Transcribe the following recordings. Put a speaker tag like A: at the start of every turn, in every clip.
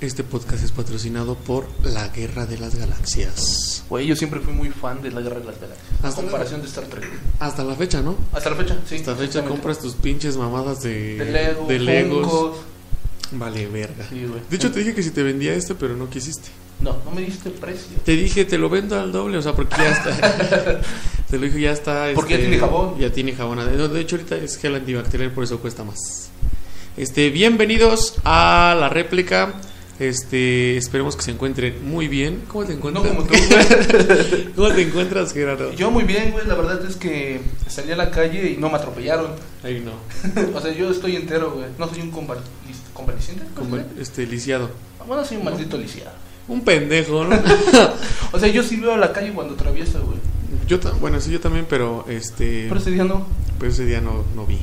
A: Este podcast es patrocinado por La Guerra de las Galaxias.
B: Güey, yo siempre fui muy fan de la Guerra de las Galaxias.
A: Hasta
B: a comparación de Star Trek.
A: Hasta la fecha, ¿no?
B: Hasta la fecha, sí.
A: Hasta la fecha
B: exactamente.
A: compras tus pinches mamadas de,
B: de Lego,
A: de Legos.
B: Funkos.
A: Vale, verga.
B: Sí, güey.
A: De hecho, te dije que si te vendía este, pero no quisiste.
B: No, no me diste precio.
A: Te dije, te lo vendo al doble, o sea, porque ya está. te lo dije, ya está. este,
B: Porque ya tiene jabón.
A: Ya tiene jabón. adentro. No, de hecho, ahorita es gel antibacterial, por eso cuesta más. Este, bienvenidos a la réplica. Este, esperemos que se encuentren muy bien. ¿Cómo te
B: No
A: encuentras?
B: como tú, güey.
A: ¿Cómo te encuentras, Gerardo?
B: Yo muy bien, güey. La verdad es que salí a la calle y no me atropellaron.
A: Ahí no.
B: o sea, yo estoy entero, güey. No soy un combat- convaleciente. ¿cómo
A: Como,
B: se dice?
A: este, lisiado.
B: Bueno, soy un maldito lisiado.
A: Un pendejo, ¿no?
B: O sea, yo sí veo la calle cuando atraviesa, güey.
A: yo, ta- bueno, sí, yo también, pero este.
B: Pero ese día no.
A: pero ese día no, no vi.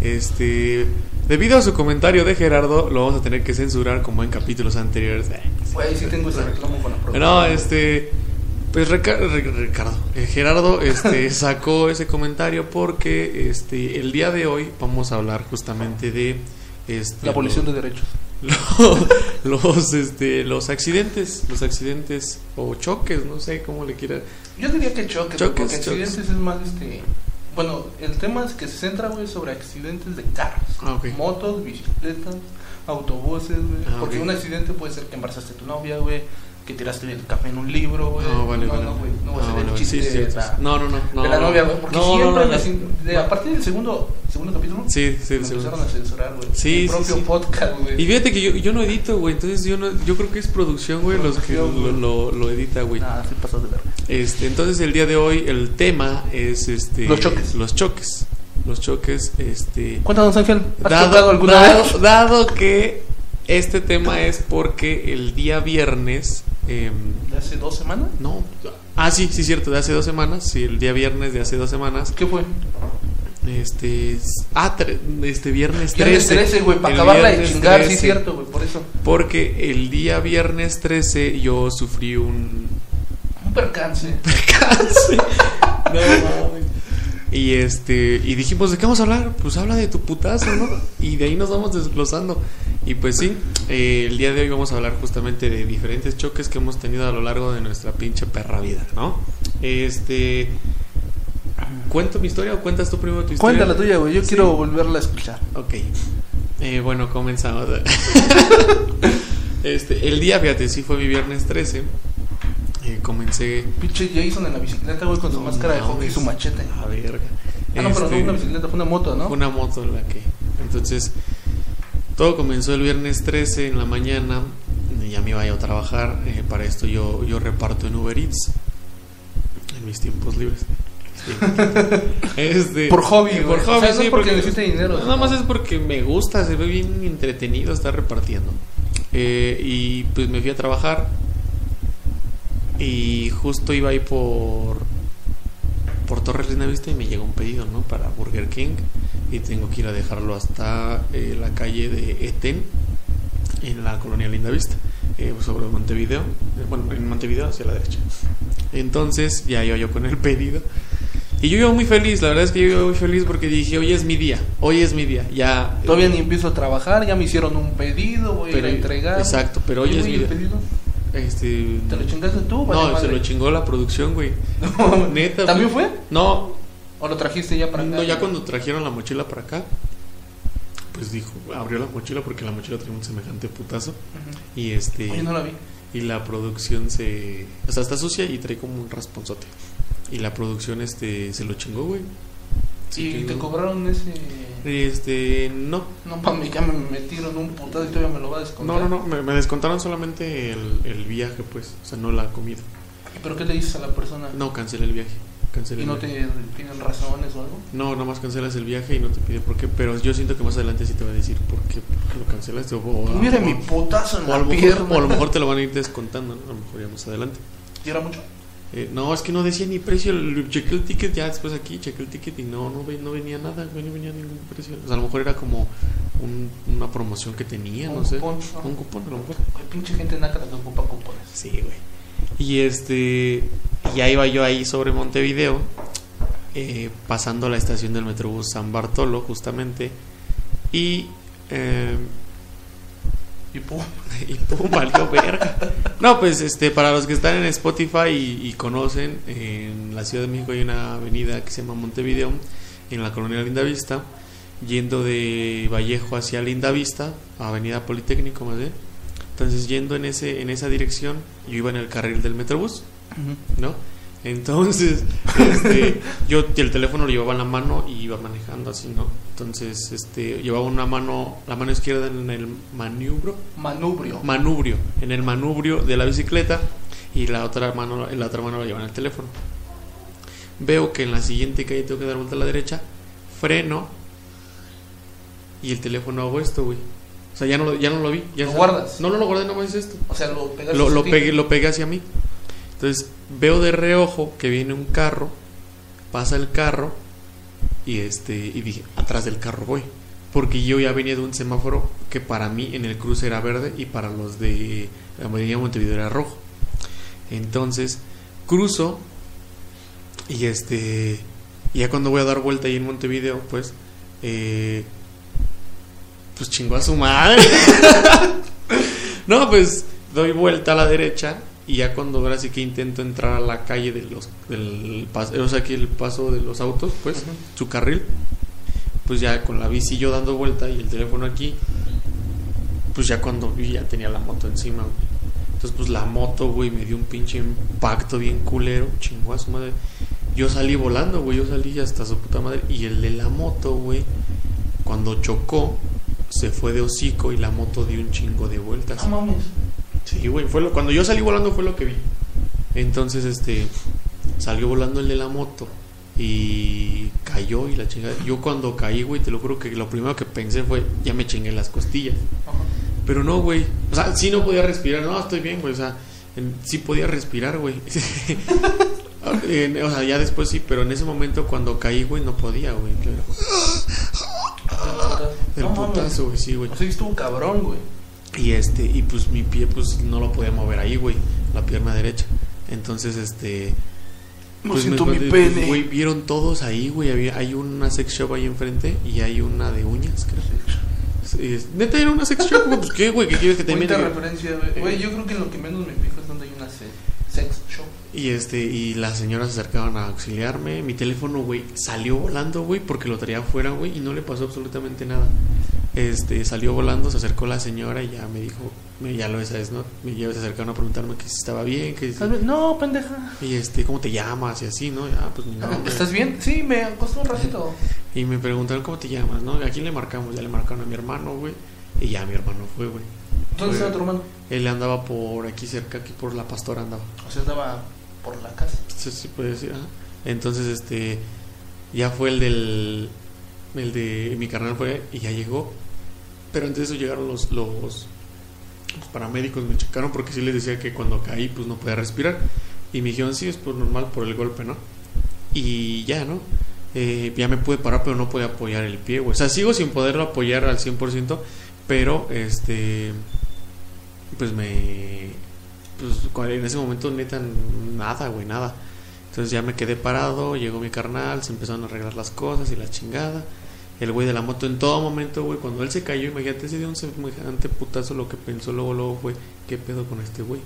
A: Este, debido a su comentario de Gerardo, lo vamos a tener que censurar como en capítulos anteriores.
B: Güey, sí tengo ese reclamo con la productora.
A: No, este, pues Reca- Re- Ricardo, eh, Gerardo, este, sacó ese comentario porque, este, el día de hoy vamos a hablar justamente de, este,
B: La abolición de derechos.
A: los, los, este, los accidentes, los accidentes o choques, no sé cómo le quiera.
B: Yo diría que choque,
A: Choques,
B: porque
A: choques.
B: accidentes es más este. Bueno, el tema es que se centra, güey, sobre accidentes de carros.
A: Ah, ok.
B: Motos, bicicletas, autobuses, güey.
A: Ah,
B: porque
A: ok.
B: un accidente puede ser que embarazaste a tu novia, güey. Que tiraste el café en un libro, güey.
A: No, Ah, vale,
B: no,
A: vale.
B: No, güey. No,
A: No,
B: va a ser
A: vale,
B: el
A: vale.
B: chiste
A: Sí, sí,
B: de, la,
A: no, no, no, no,
B: de la
A: no.
B: novia, güey. Porque
A: No, no,
B: siempre,
A: no,
B: me
A: no.
B: cin- de- a partir del segundo, segundo capítulo,
A: Sí, sí,
B: me
A: sí.
B: empezaron a censurar, güey.
A: Sí,
B: Mi
A: sí,
B: propio
A: sí.
B: podcast, güey.
A: Y fíjate que yo, yo no edito, güey, entonces yo no, yo creo que es producción, güey, los que lo,
B: Producción, güey.
A: lo- lo edita, güey.
B: Nah, sí pasas de verga.
A: Este, entonces el día de hoy el tema es este
B: Los choques.
A: Los choques. Los choques, este
B: Cuéntanos, Ángel. ¿Has chocado alguna
A: dado-
B: vez?
A: dado que este tema es porque el día viernes em,
B: ¿De hace dos semanas?
A: no, ah sí, sí cierto, de hace dos semanas, sí, el día viernes de hace dos semanas,
B: ¿Qué fue?
A: este, s- ah, tre- este viernes 13,
B: Viernes 13, güey, para
A: el
B: acabarla de
A: viernes
B: chingar, sí
A: 13.
B: es cierto, güey, por eso.
A: Porque el día viernes 13 yo sufrí un
B: Un percance.
A: percance. No mames. Y este y dijimos, ¿de qué vamos a hablar? Pues habla de tu putazo, ¿no? Y de ahí nos vamos desglosando. Y pues sí, eh, el día de hoy vamos a hablar justamente de diferentes choques que hemos tenido a lo largo de nuestra pinche perra vida, ¿no? Este ¿Cuento mi historia o cuentas tú primero tu historia?
B: Cuéntala tuya, güey, yo quiero volverla a escuchar.
A: Ok. Eh, bueno, comenzamos. este, el día, fíjate, sí fue mi viernes 13. Eh, comencé.
B: Pinche Jason en la bicicleta, güey, con su
A: No
B: máscara de hockey y
A: mames.
B: su machete.
A: A verga.
B: Ah, no, pero no
A: Este,
B: fue una bicicleta, fue una moto, ¿no?
A: fue una moto la que. Entonces, todo comenzó el viernes 13 en la mañana. y Ya me iba yo a trabajar. eh, para esto yo, yo reparto en Uber Eats. En mis tiempos libres. Sí. Este,
B: Por hobby,
A: eh,
B: güey.
A: Por
B: O
A: hobby,
B: sea, no
A: sí,
B: porque necesite dinero,
A: Nada
B: sino-
A: más es porque me gusta, se ve bien entretenido estar repartiendo. Eh, y pues me fui a trabajar. Y justo iba ahí por por Torres Linda Vista y me llegó un pedido, ¿no? Para Burger King. Y tengo que ir a dejarlo hasta eh, la calle de Eten, en la colonia Linda Vista, eh, sobre Montevideo. Eh, Bueno, en Montevideo hacia la derecha. Entonces ya iba yo con el pedido. Y yo iba muy feliz, la verdad es que yo iba muy feliz porque dije, hoy es mi día, hoy es mi día. Ya.
B: Todavía ni empiezo a trabajar, ya me hicieron un pedido, voy a ir
A: Pero-
B: a entregar.
A: exacto, pero
B: Oye,
A: hoy es
B: güey, ¿y el
A: mi-
B: pedido?
A: Este,
B: ¿Te lo chingaste tú? Vale,
A: no, se
B: madre.
A: lo chingó la producción, güey.
B: No,
A: Neta,
B: ¿También
A: güey.
B: fue?
A: No,
B: ¿O lo trajiste ya para acá?
A: No, ya cuando trajeron la mochila para acá, pues dijo, abrió la mochila porque la mochila tenía un semejante putazo.
B: Ujú.
A: Y este
B: Oye, no la vi.
A: y la producción se. O sea, está sucia y trae como un rasponzote. Y la producción este se lo chingó, güey. Se
B: ¿Y te
A: chingó.
B: cobraron ese...?
A: Este, no.
B: No, mami, ya me metieron un putado y todavía me lo va a descontar.
A: No, no, no. Me, me descontaron solamente el, el viaje, pues. O sea, no la comida.
B: ¿Pero qué le dices a la persona?
A: No, cancelé el viaje. Cancelé
B: ¿Y
A: el
B: no
A: viaje.
B: te tienen razones o algo?
A: No, nomás cancelas el viaje y no te pide por qué. Pero yo siento que más adelante sí te va a decir por qué, por qué lo cancelaste. O, o-
B: Mira
A: o-
B: mi putazo en
A: O a,
B: la
A: lo mejor,
B: pierna.
A: o a lo mejor te lo van a ir descontando, ¿no? a lo mejor ya más adelante.
B: ¿Y era mucho?
A: Eh, no, es que no decía ni precio, el- chequé el ticket ya después aquí, chequé el ticket y no, no, ve- no venía nada, güey, no venía ningún precio. O sea, a lo mejor era como un- una promoción que tenía, no
B: Un
A: sé.
B: cupón, ¿no?
A: Un cupón, a lo mejor.
B: Hay pinche gente naca que ocupa cupones.
A: Sí, güey. Y este, ya iba yo ahí sobre Montevideo, eh, pasando la estación del Metrobús San Bartolo, justamente, y eh,
B: Y pum.
A: y pum, valió verga. No, pues este, para los que están en Spotify y, y conocen, en la Ciudad de México hay una avenida que se llama Montevideo, en la colonia Linda Vista, yendo de Vallejo hacia Linda Vista, Avenida Politécnico más bien. Entonces, yendo en, ese, en esa dirección, yo iba en el carril del Metrobús, ¿no? Entonces, este, yo el teléfono lo llevaba en la mano y iba manejando así, ¿no? Entonces, este, llevaba una mano, la mano izquierda en el maniobro,
B: Manubrio.
A: manubrio, en el manubrio de la bicicleta y la otra mano, la otra mano la lleva en el teléfono. Veo que en la siguiente calle tengo que dar vuelta a la derecha, freno y el teléfono hago esto, güey. O sea, ya no, lo- ya no lo vi. Ya
B: ¿Lo
A: está.
B: guardas?
A: No, no lo guardé, no hice esto.
B: o sea, lo pegaste.
A: Lo, lo,
B: así.
A: pegué, lo pegué hacia mí. Entonces veo de reojo que viene un carro, pasa el carro y este y dije, atrás del carro voy. Porque yo ya venía de un semáforo que para mí en el cruce era verde y para los de la mayoría de Montevideo era rojo. Entonces cruzo y este y ya cuando voy a dar vuelta ahí en Montevideo, pues eh, pues chingó a su madre. No, pues doy vuelta a la derecha y ya cuando ahora sí que intento entrar a la calle de los, del pas- o sea, aquí el paso de los autos, pues,
B: Ujú.
A: su carril, pues ya con la bici yo dando vuelta y el teléfono aquí, pues ya cuando vi ya tenía la moto encima, güey. Entonces, pues la moto, güey, me dio un pinche impacto bien culero, chingó a su madre. Yo salí volando, güey, yo salí hasta su puta madre. Y el de la moto, güey, cuando chocó, se fue de hocico y la moto dio un chingo de vueltas.
B: No mames.
A: Sí, güey, fue lo, cuando yo salí volando fue lo que vi. Entonces, este, salió volando el de la moto y cayó y la chingada. Yo cuando caí, güey, te lo juro que lo primero que pensé fue, ya me chingué las costillas.
B: Ajá.
A: Pero no, güey, o sea, sí no podía respirar, no, estoy bien, güey, o sea, en- sí podía respirar, güey. En- o sea, ya después sí, pero en ese momento cuando caí, güey, no podía, güey. Ah, El
B: No mames.
A: putazo, güey, sí, güey.
B: O sea, estuvo cabrón, güey.
A: Y este, y pues mi pie pues no lo podía mover ahí, güey, la pierna derecha. Entonces, este
B: No
A: pues, me
B: siento mi
A: escondí, pues,
B: pene.
A: Güey, vieron todos ahí, güey, había- hay una sex shop ahí enfrente y hay una de uñas, creo. Sí, es- neta era una sex shop, güey, pues qué, güey, qué quieres que te
B: Bonita
A: mire?
B: referencia, güey. Güey, yo creo que en lo que menos me fijo es donde hay una se- sex show.
A: Y este, y las señoras se acercaban a auxiliarme, mi teléfono, güey, salió volando, güey, porque lo traía afuera, güey, y no le pasó absolutamente nada. Este, salió volando, se acercó la señora y ya me dijo, me, ya lo sabes, ¿no? Me ya se acercaron a preguntarme que si estaba bien, que si-
B: No, pendeja.
A: Y este, ¿cómo te llamas? Y así, ¿no? Ah, pues mi nombre.
B: ¿Estás bien? Sí, me acostó un ratito.
A: Y me preguntaron, ¿cómo te llamas? ¿No? ¿A quién le marcamos? Ya le marcaron a mi hermano, güey. Y ya mi hermano fue, güey. Fue-
B: ¿Dónde estaba tu hermano?
A: Él andaba por aquí cerca, aquí por la pastora andaba.
B: O sea, estaba por la casa.
A: Sí, sí, puede decir, ajá. Entonces, este, ya fue el del, el de mi carnal fue y ya llegó. Pero antes de eso llegaron los, los, los paramédicos, me checaron porque sí les decía que cuando caí, pues no podía respirar. Y me dijeron, sí, es por normal, por el golpe, ¿no? Y ya, ¿no? Eh, ya me pude parar, pero no podía apoyar el pie, güey. O sea, sigo sin poderlo apoyar al 100%, pero, este, pues me... Pues cual- en ese momento neta nada, güey, nada. Entonces ya me quedé parado, llegó mi carnal, se empezaron a arreglar las cosas y la chingada. El güey de la moto en todo momento, güey, cuando él se cayó, imagínate, se dio un semejante putazo, lo que pensó luego, luego fue, ¿qué pedo con este güey?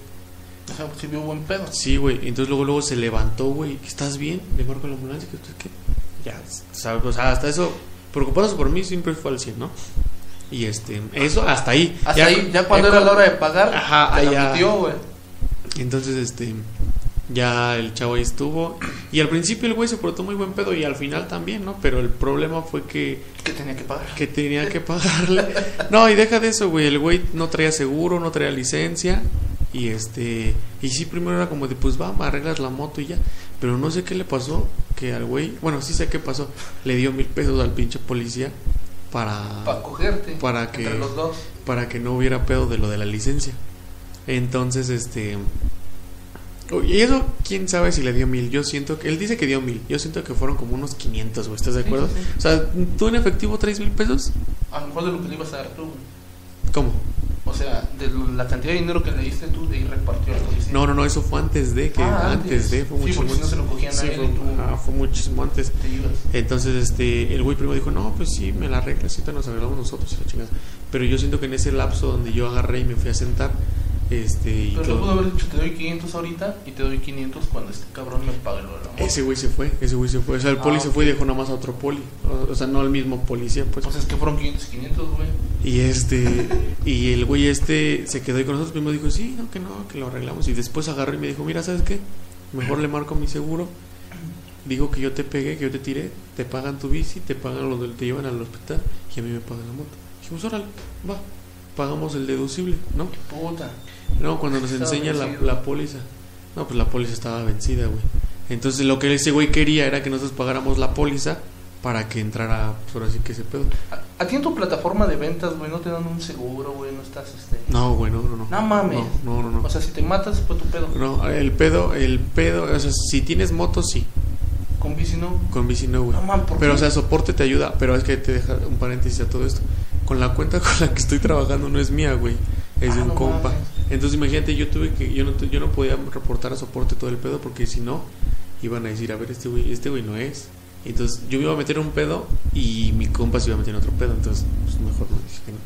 B: O sea, sí vio buen pedo.
A: Sí, güey, entonces luego, luego se levantó, güey, ¿estás bien? Le marco la ambulancia, que usted qué. Ya, ¿sabes? O sea, hasta eso, preocupados por mí siempre fue al 100, ¿no? Y este, eso hasta ahí.
B: Hasta ahí, ya cuando era la hora de pagar,
A: Ajá,
B: te
A: ya.
B: la metió, güey.
A: Entonces, este, ya el chavo ahí estuvo. Y al principio el güey se portó muy buen pedo y al final también, ¿no? Pero el problema fue que,
B: Que tenía que pagar.
A: que tenía que pagarle. No, y deja de eso, güey. El güey no traía seguro, no traía licencia. Y este, y sí, primero era como de, pues va, me arreglas la moto y ya. Pero no sé qué le pasó, que al güey, bueno, sí sé qué pasó. Le dio mil pesos al pinche policía para...
B: Para cogerte.
A: para que-
B: Entre los dos.
A: para que no hubiera pedo de lo de la licencia. Entonces, este. oh, Y eso, quién sabe si le dio mil. Yo siento que. Él dice que dio mil. Yo siento que fueron como unos 500, güey. ¿Estás de
B: Sí,
A: acuerdo?
B: sí, sí.
A: O sea, ¿tú en efectivo traes mil pesos?
B: A lo mejor de lo que le ibas a dar tú, güey.
A: ¿Cómo?
B: O O sea, de lo- la cantidad de dinero que le diste tú, de ahí repartió al policía.
A: No, no, no, eso fue antes de que.
B: Ah,
A: antes.
B: antes.
A: de. Fue
B: Sí,
A: muchísimo
B: porque si no se lo cogían a
A: sí,
B: él
A: fue,
B: y tú-
A: ajá, fue muchísimo antes.
B: Te ibas.
A: Entonces, este, el güey primo dijo, no, pues sí, me la arreglas, ahorita nos arreglamos nosotros, y la chingada. Pero yo siento que en ese lapso donde yo agarré y me fui a sentar, este, y
B: Pero
A: todo-
B: lo pudo haber dicho, te doy 500 ahorita y te doy 500 cuando este cabrón me pague lo de la moto.
A: ese güey se fue, ese güey se fue. O sea, el
B: Ah,
A: poli se
B: ok.
A: fue y dejó nomás a otro poli. O, o sea, no al mismo policía, pues.
B: O sea, es que fueron 500 y 500, güey.
A: Y este, y el güey este se quedó ahí con nosotros. Primero dijo, sí, no, que no, que lo arreglamos. Y después agarró y me dijo, mira, ¿sabes qué? Mejor le marco a mi seguro. Digo que yo te pegué, que yo te tiré. Te pagan tu bici, te pagan lo del te llevan al hospital y a mí me pagan la moto. Dijimos, órale, va, pagamos el deducible, ¿no?
B: Qué puta.
A: No, cuando nos
B: Estaba
A: enseña la,
B: vencido.
A: la póliza. No, pues la póliza estaba vencida, güey. Entonces lo que ese güey quería era que nosotros pagáramos la póliza para que entrara, pues ahora sí que ese pedo.
B: A, a ti en tu plataforma de ventas, güey, no te dan un seguro, güey, no estás este.
A: No, güey, no, no, no.
B: No mames.
A: No, no, no. no.
B: O sea, si te matas, fue tu pedo.
A: No, el pedo, el pedo, o sea, si tienes moto, sí,
B: Con bici no.
A: con bici no, güey.
B: No mames, ¿por
A: Pero,
B: qué?
A: o sea, soporte te ayuda, pero es que te deja un paréntesis a todo esto. Con la cuenta con la que estoy trabajando no es mía, güey, es de
B: Ah,
A: un
B: no
A: compa.
B: mames.
A: Entonces, imagínate, yo tuve que, yo no, tu- yo no podía reportar a soporte todo el pedo porque si no, iban a decir, a ver, este güey, este güey no es. Entonces, yo me iba a meter un pedo y mi compa se iba a meter en otro pedo, entonces, pues mejor no dije que no.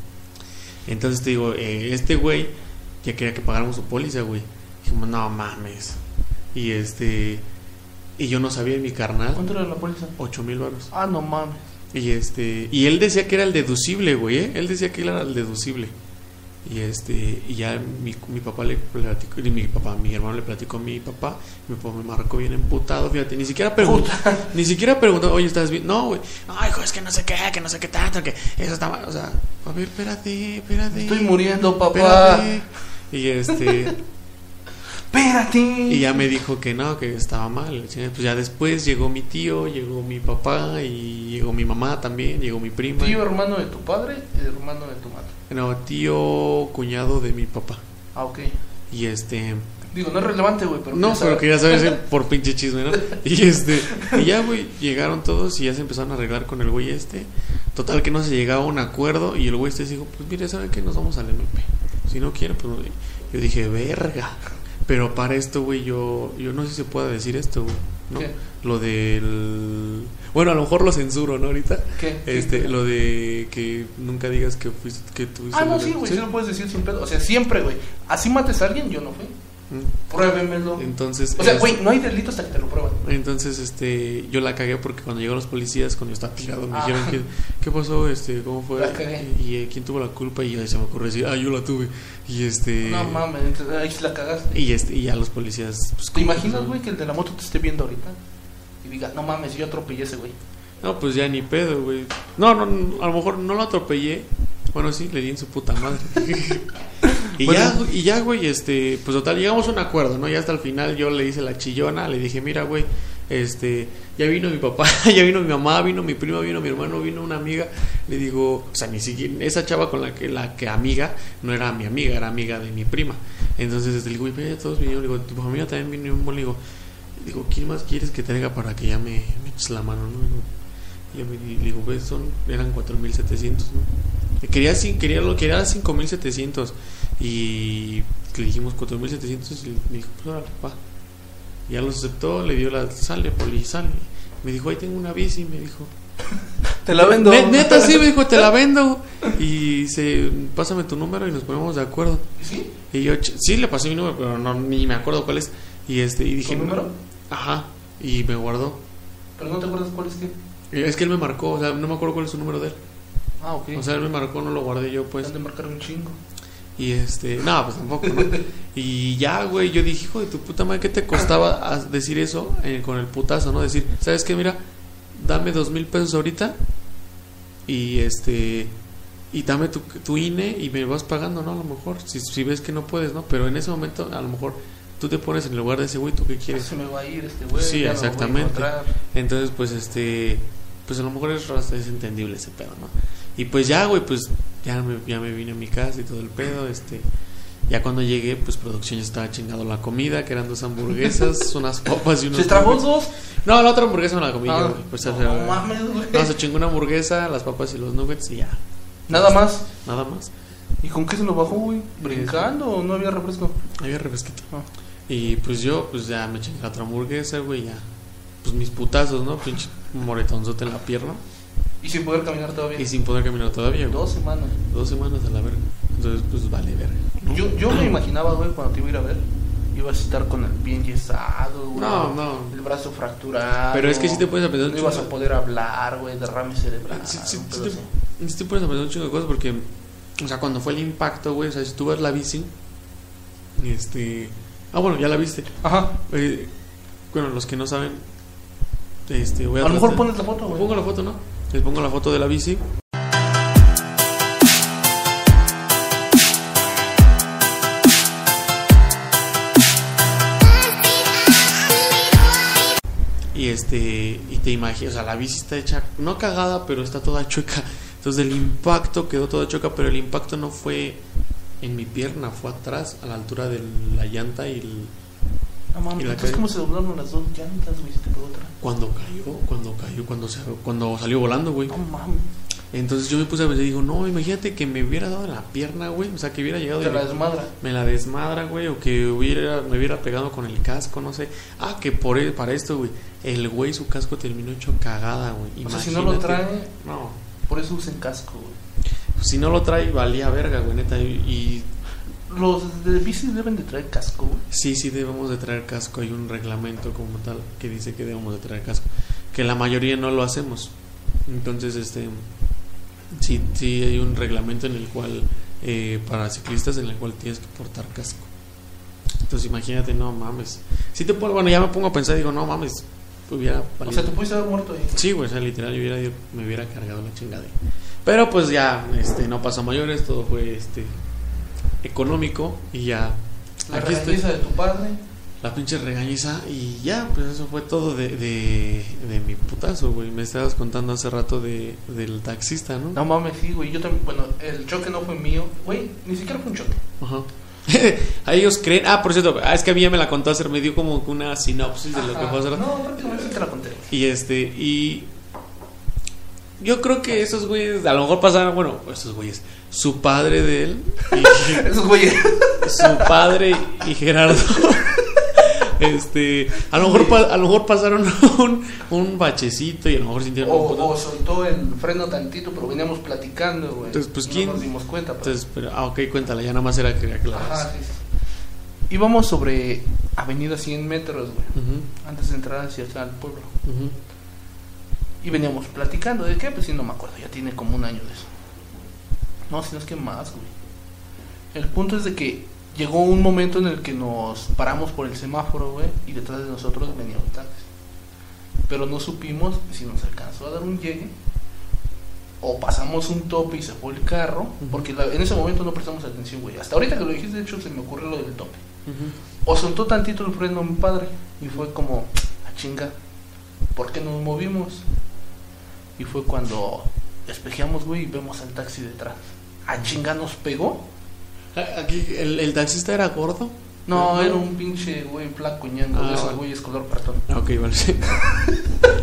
A: Entonces te digo, eh, este güey ya quería que pagáramos su póliza, güey. Dijimos, no mames. Y este. Y yo no sabía de mi carnal,
B: ¿Cuánto era la póliza?
A: 8 mil baros.
B: Ah, no mames.
A: Y este. Y él decía que era el deducible, güey, ¿eh? Él decía que él era el deducible. Y este. Y ya mi, mi papá le platicó. y Mi papá, mi hermano le platicó a mi papá. Mi papá me marcó bien emputado, fíjate. Ni siquiera preguntó. Ni siquiera preguntó, oye, ¿estás bien? No, güey. Ay, hijo, es que no sé qué, que no sé qué tanto, que eso está mal. O sea, a ver, espérate, espérate.
B: Estoy muriendo, papá.
A: Espérate. Y este
B: Espérate.
A: y ya me dijo que no, que estaba mal. Pues ya después llegó mi tío, llegó mi papá y llegó mi mamá también, llegó mi prima.
B: Tío hermano de tu padre y hermano de tu madre.
A: No, tío cuñado de mi papá.
B: Ah, ok.
A: Y este
B: Digo, no es relevante, güey, pero. pues,
A: no,
B: ya
A: pero
B: sabes.
A: quería saber si eh, por pinche chisme, ¿no? Y este, y ya, güey, llegaron todos y ya se empezaron a arreglar con el güey este. Total que no se llegaba a un acuerdo y el güey este dijo, pues mire, ¿saben qué? Nos vamos al MP. Si no quiere, pues no". yo dije, verga. Pero para esto, güey, yo, yo no sé si se pueda decir esto, güey. ¿no?
B: ¿Qué?
A: Lo del... Bueno, a lo mejor lo censuro, ¿no? Ahorita.
B: ¿Qué?
A: Este, lo de que nunca digas que fuiste, que tuviste...
B: Ah, no,
A: una-
B: sí, güey, sí lo puedes decir sin pedo. O sea, siempre, güey. Así mates a alguien, yo no fui.
A: Mm.
B: Pruébemelo.
A: Entonces...
B: O sea,
A: es-
B: güey, no hay delito hasta que te lo prueban.
A: Entonces, este, yo la cagué porque cuando llegaron los policías, cuando yo estaba tirado, me
B: Ah.
A: dijeron, ¿qué, qué pasó? Este, ¿Cómo fue?
B: La cagué.
A: Y, y, eh, quién tuvo la culpa? Y yo se me ocurrió decir, ah, yo la tuve. Y este...
B: No mames, entonces, ahí sí la cagaste.
A: Y, este, y ya los policías... pues,
B: ¿Te
A: como-
B: imaginas, güey, que el de la moto te esté viendo ahorita? Y diga, no mames, yo atropellé a ese güey.
A: No, pues ya ni pedo, güey. No, no, no, a lo mejor no lo atropellé. Bueno, sí, le di en su puta madre. y,
B: Bueno.
A: ya, güey, y ya, güey, este, pues total, llegamos a un acuerdo, ¿no? Ya hasta el final yo le hice la chillona, le dije, mira, güey, este, ya vino mi papá, ya vino mi mamá, vino mi prima, vino mi hermano, vino una amiga. Le digo, o sea, ni siquiera, esa chava con la que, la que amiga, no era mi amiga, era amiga de mi prima. Entonces, este, le digo, güey, ve, todos vinieron, le digo, tu familia también vino, un buen", le digo, digo, ¿quién más quieres que traiga para que ya me, me eches la mano, no? Y yo me di- le digo, "Ve, son, eran 4,700, ¿no? Y Quería, cin- quería, lo, quería 5,700. Y le dijimos 4,700 y me dijo, pues órale, va. Ya los aceptó, le dio la, sale, poli, sale. Me dijo, ahí tengo una bici, me dijo.
B: Te la vendo.
A: "Ne- neta, sí, me dijo, te la vendo. Y se, pásame tu número y nos ponemos de acuerdo.
B: ¿Sí?
A: Y yo, "Ch- sí, le pasé mi número, pero no, ni me acuerdo cuál es. Y este, y dije,
B: ¿Tu
A: "No".
B: número?
A: Ajá, y me guardó.
B: Pero no te acuerdas cuál es que.
A: Y Es que él me marcó, o sea, no me acuerdo cuál es su número de él.
B: Ah, ok.
A: O sea, él me marcó, no lo guardé yo,
B: pues.
A: pues.
B: Han de marcar un chingo.
A: Y este, no, pues tampoco, ¿no? Y ya, güey, yo dije, hijo de tu puta madre, ¿qué te costaba a- decir eso eh, con el putazo, no? Decir, ¿sabes qué? Mira, dame dos mil pesos ahorita y este, y dame tu, tu INE y me vas pagando, ¿no? A lo mejor, si, si ves que no puedes, ¿no? Pero en ese momento, a lo mejor, tú te pones en el lugar de ese güey, ¿tú qué
B: Ah,
A: quieres?
B: Se me va a ir este güey.
A: Sí,
B: ya no lo voy a
A: exactamente.
B: encontrar.
A: Entonces, pues, este, pues a lo mejor es, ras- es entendible ese pedo, ¿no? Y pues ya, güey, pues ya me, ya me vine a mi casa y todo el pedo, este. Ya cuando llegué, pues producción ya estaba chingado la comida, que eran dos hamburguesas, unas papas y unos...
B: ¿Se tragó
A: burgers.
B: dos?
A: No, la otra hamburguesa me la comí
B: Ah,
A: yo, güey. Pues, o sea,
B: no mames, güey.
A: no, se chingó una hamburguesa, las papas y los nuggets y ya,
B: Nada más.
A: nada más.
B: ¿Y con qué se lo bajó, güey? ¿Brincando o no había refresco?
A: Había refresquito.
B: Ah.
A: Y pues yo, pues ya me eché la otra hamburguesa, güey, ya. Pues mis putazos, ¿no? Pinche moretonzote en la pierna.
B: Y sin poder caminar todavía.
A: Y sin poder caminar todavía, güey.
B: Dos semanas.
A: Dos semanas a la verga. Entonces, pues vale verga. ¿no?
B: Yo, yo me imaginaba, güey, cuando te iba a ir a ver, ibas a estar con el pie enyesado, güey.
A: No, no.
B: El brazo fracturado.
A: Pero es que sí te puedes aprender un
B: No ibas
A: chingo.
B: a poder hablar, güey, derrame cerebral.
A: Ah, Sí, sí,
B: un
A: sí
B: pedo
A: te-
B: así.
A: Y sí te puedes aprender un chingo de cosas porque, o sea, cuando fue el impacto, güey, o sea, si tú ves la bici, este. Ah, bueno, ya la viste.
B: Ajá.
A: Eh, bueno, los que no saben, este,
B: A
A: voy a.
B: lo mejor
A: tratar-
B: pones la foto,
A: Pongo
B: güey.
A: la foto, ¿no? Les pongo la foto de la bici. Y este, y te imaginas, o sea, la bici está hecha, no cagada, pero está toda chueca. Entonces el impacto quedó toda chueca, pero el impacto no fue en mi pierna, fue atrás, a la altura de la llanta y el-
B: No mames,
A: y la
B: entonces
A: calle.
B: cómo se doblaron las dos llantas, güey, si te pegó otra.
A: cuando cayó, cuando cayó, cuando se- cuando salió volando, güey.
B: No mames.
A: Entonces yo me puse a pensar y digo, no, imagínate que me hubiera dado en la pierna, güey. O sea, que hubiera llegado y
B: Te la desmadra.
A: me la desmadra, güey. O que hubiera, me hubiera pegado con el casco, no sé. Ah, que por e- para esto, güey. El güey, su casco terminó hecho cagada, güey.
B: O sea, si no lo
A: Imagínate.
B: trae,
A: No.
B: por eso usen casco, güey.
A: Si no lo trae, valía verga, güey, neta. Y, y
B: Los de bici deben de traer casco, güey.
A: sí, sí debemos de traer casco. Hay un reglamento como tal que dice que debemos de traer casco. Que la mayoría no lo hacemos. Entonces, este... Sí, sí hay un reglamento en el cual... eh, para ciclistas en el cual tienes que portar casco. Entonces imagínate, no mames. Si te pongo, bueno, ya me pongo a pensar y digo, no mames, hubiera
B: O
A: valido.
B: sea, te pudiste haber muerto ahí.
A: Sí, güey, o sea, literal yo hubiera ido- me hubiera cargado la chingadera. Pero pues ya, este, no pasó a mayores, todo fue este económico y ya.
B: La
A: Aquí estoy.
B: regañiza de tu padre.
A: La pinche regañiza y ya, pues eso fue todo de, de, de mi putazo, güey. Me estabas contando hace rato de, del taxista, ¿no?
B: No mames, sí, güey. Yo también, bueno, el choque no fue mío. Güey, ni siquiera fue un choque.
A: Ajá. A ellos creen. Ah, por cierto, ah, es que a mí ya me la contó hacer, me dio como una sinopsis de lo que
B: Ajá.
A: fue hace rato.
B: No, prácticamente sí te la conté.
A: Y este, y. Yo creo que esos güeyes, a lo mejor pasaron, bueno, esos güeyes, su padre de él, y
B: Esos güeyes.
A: su padre y Gerardo. Este, a lo mejor, pa- a lo mejor pasaron un, un bachecito y a lo mejor
B: O,
A: sintieron un poco-
B: o soltó el freno tantito, pero veníamos platicando, güey.
A: Entonces, pues,
B: No
A: ¿quién?
B: nos dimos cuenta, pero-
A: Entonces, pues, pero, ah, ok, cuéntala, ya nada más era que
B: Ajá,
A: aclaras.
B: sí, sí. Íbamos sobre avenida 100 metros, güey.
A: Ujú,
B: Antes de entrar hacia acá al pueblo.
A: ujú.
B: Y veníamos platicando. ¿De qué? Pues sí, no me acuerdo. Ya tiene como un año de eso. No, si no es que más, güey. El punto es de que llegó un momento en el que nos paramos por el semáforo, güey. Y detrás de nosotros venía un taxi. Pero no supimos si nos alcanzó a dar un llegue. O pasamos un tope y se fue el carro.
A: Ujú.
B: Porque la- en ese momento no prestamos atención, güey. Hasta ahorita que lo dijiste, de hecho, se me ocurre lo del tope.
A: Ujú.
B: O soltó tantito el freno mi padre y fue como, a chinga, ¿por qué nos movimos? Y fue cuando espejeamos, güey, y vemos al taxi detrás. ¿A chinga nos pegó?
A: Ah, Aquí, ¿el, el taxista era gordo?
B: No,
A: Ajá.
B: era un pinche güey flaco ñango,
A: Ah,
B: de esos
A: bueno.
B: güeyes color cartón.
A: Ah, ok, vale. sí.